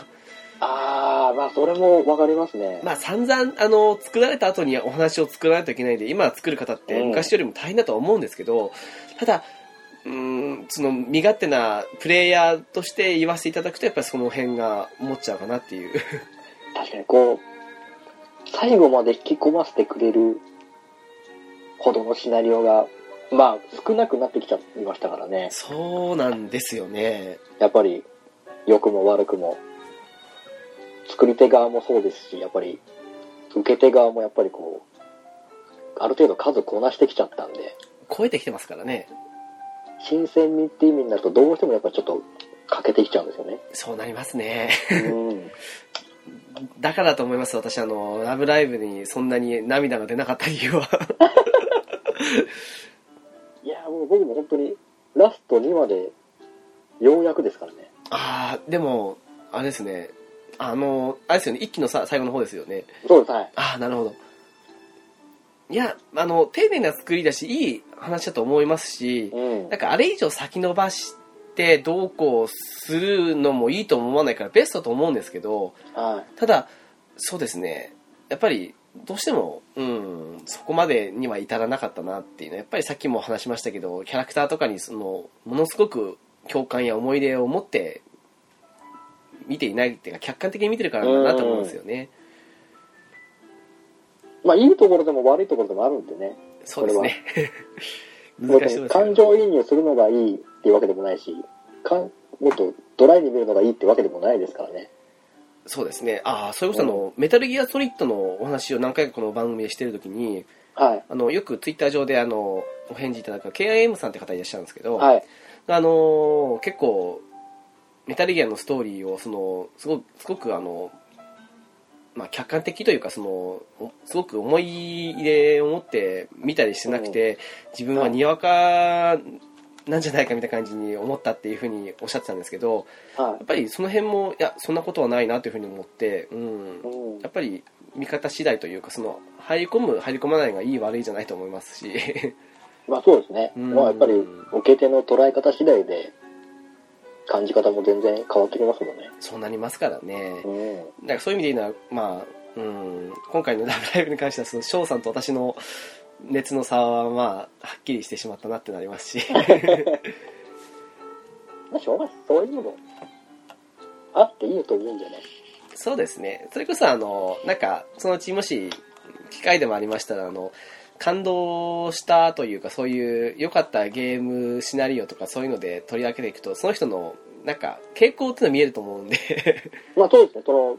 A: あ、
B: あー、まあそれもわかりますね。
A: まあ散々あの作られた後にお話を作らないといけないんで今作る方って
B: うん
A: 昔よりも大変だとは思うんですけど、ただうーんその身勝手なプレイヤーとして言わせていただくとやっぱりその辺が持っちゃうかなっていう
B: 確かにこう、最後まで引き込ませてくれるほどのシナリオが、まあ少なくなってきちゃいましたからね。
A: そうなんですよね
B: やっぱり、良くも悪くも、作り手側もそうですし、やっぱり、受け手側もやっぱりこう、ある程度数こなしてきちゃったんで、
A: 超えてきてますからね
B: 新鮮味って意味になると、どうしてもやっぱちょっと欠けてきちゃうんですよね。
A: そうなりますね
B: うん。
A: だからだと思います私あの「ラブライブ!」にそんなに涙が出なかった理由は
B: いや、もう僕も本当に、ラスト2まで、ようやくですからね。
A: ああでもあれですねあのあれですよね一期のさ最後の方ですよね
B: そうです、はい。
A: ああ、なるほど。いや、あの、丁寧な作りだし、いい話だと思いますし、
B: うん
A: なん。かあれ以上先延ばしてどうこうするのもいいとも思わないからベストだと思うんですけど、
B: はい。
A: ただ、そうですね、やっぱりどうしても、うん、そこまでには至らなかったなっていうのは、やっぱりさっきも話しましたけど、キャラクターとかにその、ものすごく共感や思い出を持って見ていないっていうか、客観的に見てるからだなと思うんですよね。
B: まあ、いいところでも悪いところでもあるんでね。
A: そうですね。
B: も
A: [laughs]
B: っ
A: 難しい
B: と
A: ですけ
B: 感
A: ど
B: 情移入するのがいいっていうわけでもないし、かんもっとドライに見るのがいいってわけでもないですからね。
A: そうですね。ああ、そういうことあの、メタルギアソリッドのお話を何回かこの番組でしてるときに、
B: はい。
A: あの、よくツイッター上であの、お返事いただく KIM さんって方いらっしゃるんですけど、
B: はい。
A: あのー結構、メタルギアのストーリーを、その、すごく、すごくあの、まあ、客観的というか、その、おすごく思い入れを持って見たりしてなくて、自分はにわかなんじゃないかみたいな感じに思ったっていうふうにおっしゃってたんですけど、
B: は
A: やっぱりその辺もいやそんなことはないなというふうに思って、うん
B: い。、うん
A: やっぱり見方次第というかその入り込む入り込まないがいい悪いじゃないと思いますし [laughs]
B: まあそうですね。
A: うん
B: まあやっぱり受け手の捉え方次第で、感じ方も全然変わってきますもんね。
A: そうなりますからね
B: うん。
A: だからそういう意味で言うのはまあ、うん、今回の「ラブライブ!」に関してはその翔さんと私の熱の差はまあはっきりしてしまったなってなりますし
B: まあしょうがない。そういうのも、あっていいと思うんじゃない
A: そうですねそれこそあのなんかそのうちもし機会でもありましたらあの感動したというかそういう良かったゲームシナリオとかそういうので取り上げていくとその人のなんか傾向っていうのは見えると思うんで
B: まあそうですね。その、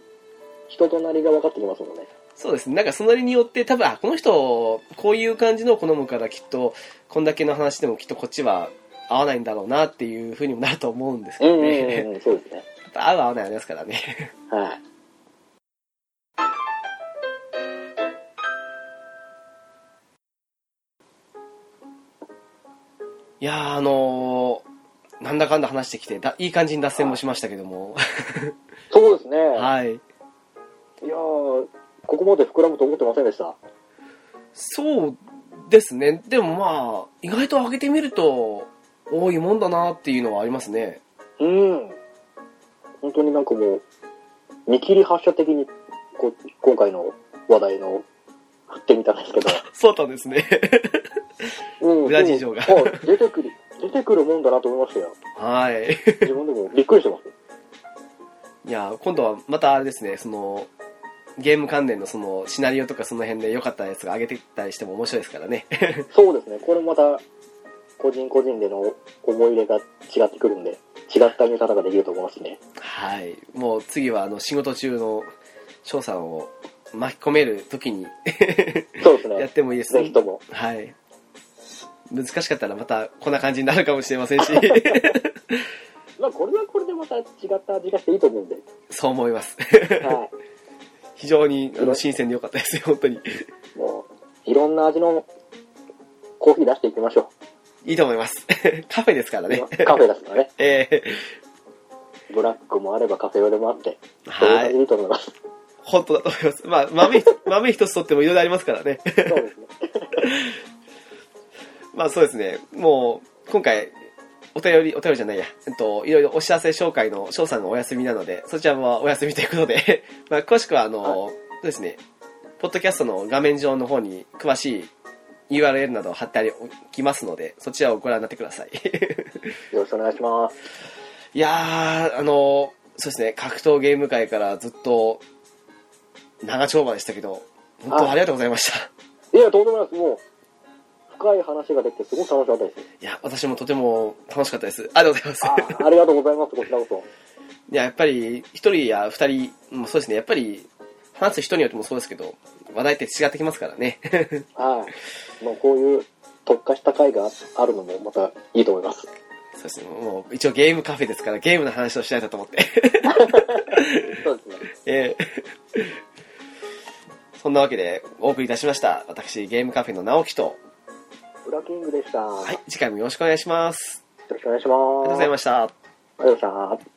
B: 人となりが分かってきますもんね。
A: そうですねなんかそのなりによって多分あこの人こういう感じのを好むからきっとこんだけの話でもきっとこっちは合わないんだろうなっていうふうにもなると思うんですけ
B: う
A: [laughs]
B: ん
A: ど
B: う
A: ね、
B: んうんうん。そうですね。
A: 合う合わないありますからね
B: はい。
A: いやーあのーなんだかんだ話してきてだいい感じに脱線もしましたけども
B: そうですね。
A: はい
B: い、やーここまで膨らむと思ってませんでした。
A: そうですねでもまあ意外と上げてみると多いもんだなっていうのはありますね
B: うん。本当になんかもう、見切り発車的に、こう今回の話題の、振ってみたんですけど。
A: そうだったんですね
B: うん
A: 裏事情が
B: でもあ出てくる、出てくるもんだなと思いましたよ。
A: [laughs] はい
B: 自分でもびっくりしてます。
A: いやー今度はまたあれですねそのゲーム関連のそのシナリオとかその辺で良かったやつが上げてったりしても面白いですからね [laughs]
B: そうですね、これもまた、個人個人での思い入れが違ってくるんで、違った見方ができると思いますね。
A: はいもう次はあの仕事中の翔さんを巻き込める時に [laughs]
B: そうです
A: やっ
B: ね、
A: てもいいです
B: ぜひとも。
A: はい難しかったらまたこんな感じになるかもしれま [laughs] せんし
B: まあ、これはこれでまた違った味がしていいと
A: [laughs]
B: 思うんで、
A: そう思います
B: は
A: 非常にあの新鮮で良かったですよ本当に
B: い。もう、いろんな味のコーヒー出していきましょ
A: いいと思います [laughs] カフェですから
B: う。
A: ね
B: カフェですからね。
A: え [laughs] え
B: ブラックもあればカフェ用でもあって、
A: はい
B: いいと思います。
A: 本当だと思いますまあ豆一つ豆一つとってもいろいろありますからね
B: そうですね。
A: まあそうですね、もう今回、お便り、お便りじゃないや、えっと、いろいろお知らせ紹介の翔さんがお休みなので、そちらもお休みということで、 [laughs] まあ詳しくは、あの、
B: は
A: そうですね、ポッドキャストの画面上の方に詳しい URL などを貼っておきますので、そちらをご覧になってください。 [laughs]
B: よろしくお願いします。
A: いやー、あの、そうですね、格闘ゲーム界からずっと長丁場でしたけど、本当ありがとうございました。
B: いや、とんでもないです。もう、深い話ができてすごく楽しかったです。
A: いや、私もとても楽しかったです。ありがとうございます。
B: あーありがとうございます、こちらこそ。
A: いや、やっぱり、一人や二人、もそうですね、やっぱり、話す人によってもそうですけど、話題って違ってきますからね。 [laughs]
B: はい。まあ、こういう特化した回があるのもまたいいと思
A: [laughs]
B: います。
A: そうですね、もう、一応ゲームカフェですから、ゲームの話をしないとと思って。 [laughs]
B: そうですね。
A: ええ [laughs] そんなわけで、お送りいたしました。私、ゲームカフェの直樹と、
B: ブラキングでした。は。
A: はい
B: よ
A: い、次回もよろしくお願いします。
B: ろしくお願いし
A: ありがとう
B: ま
A: ご
B: す。
A: ざいました。
B: ありがとうございました。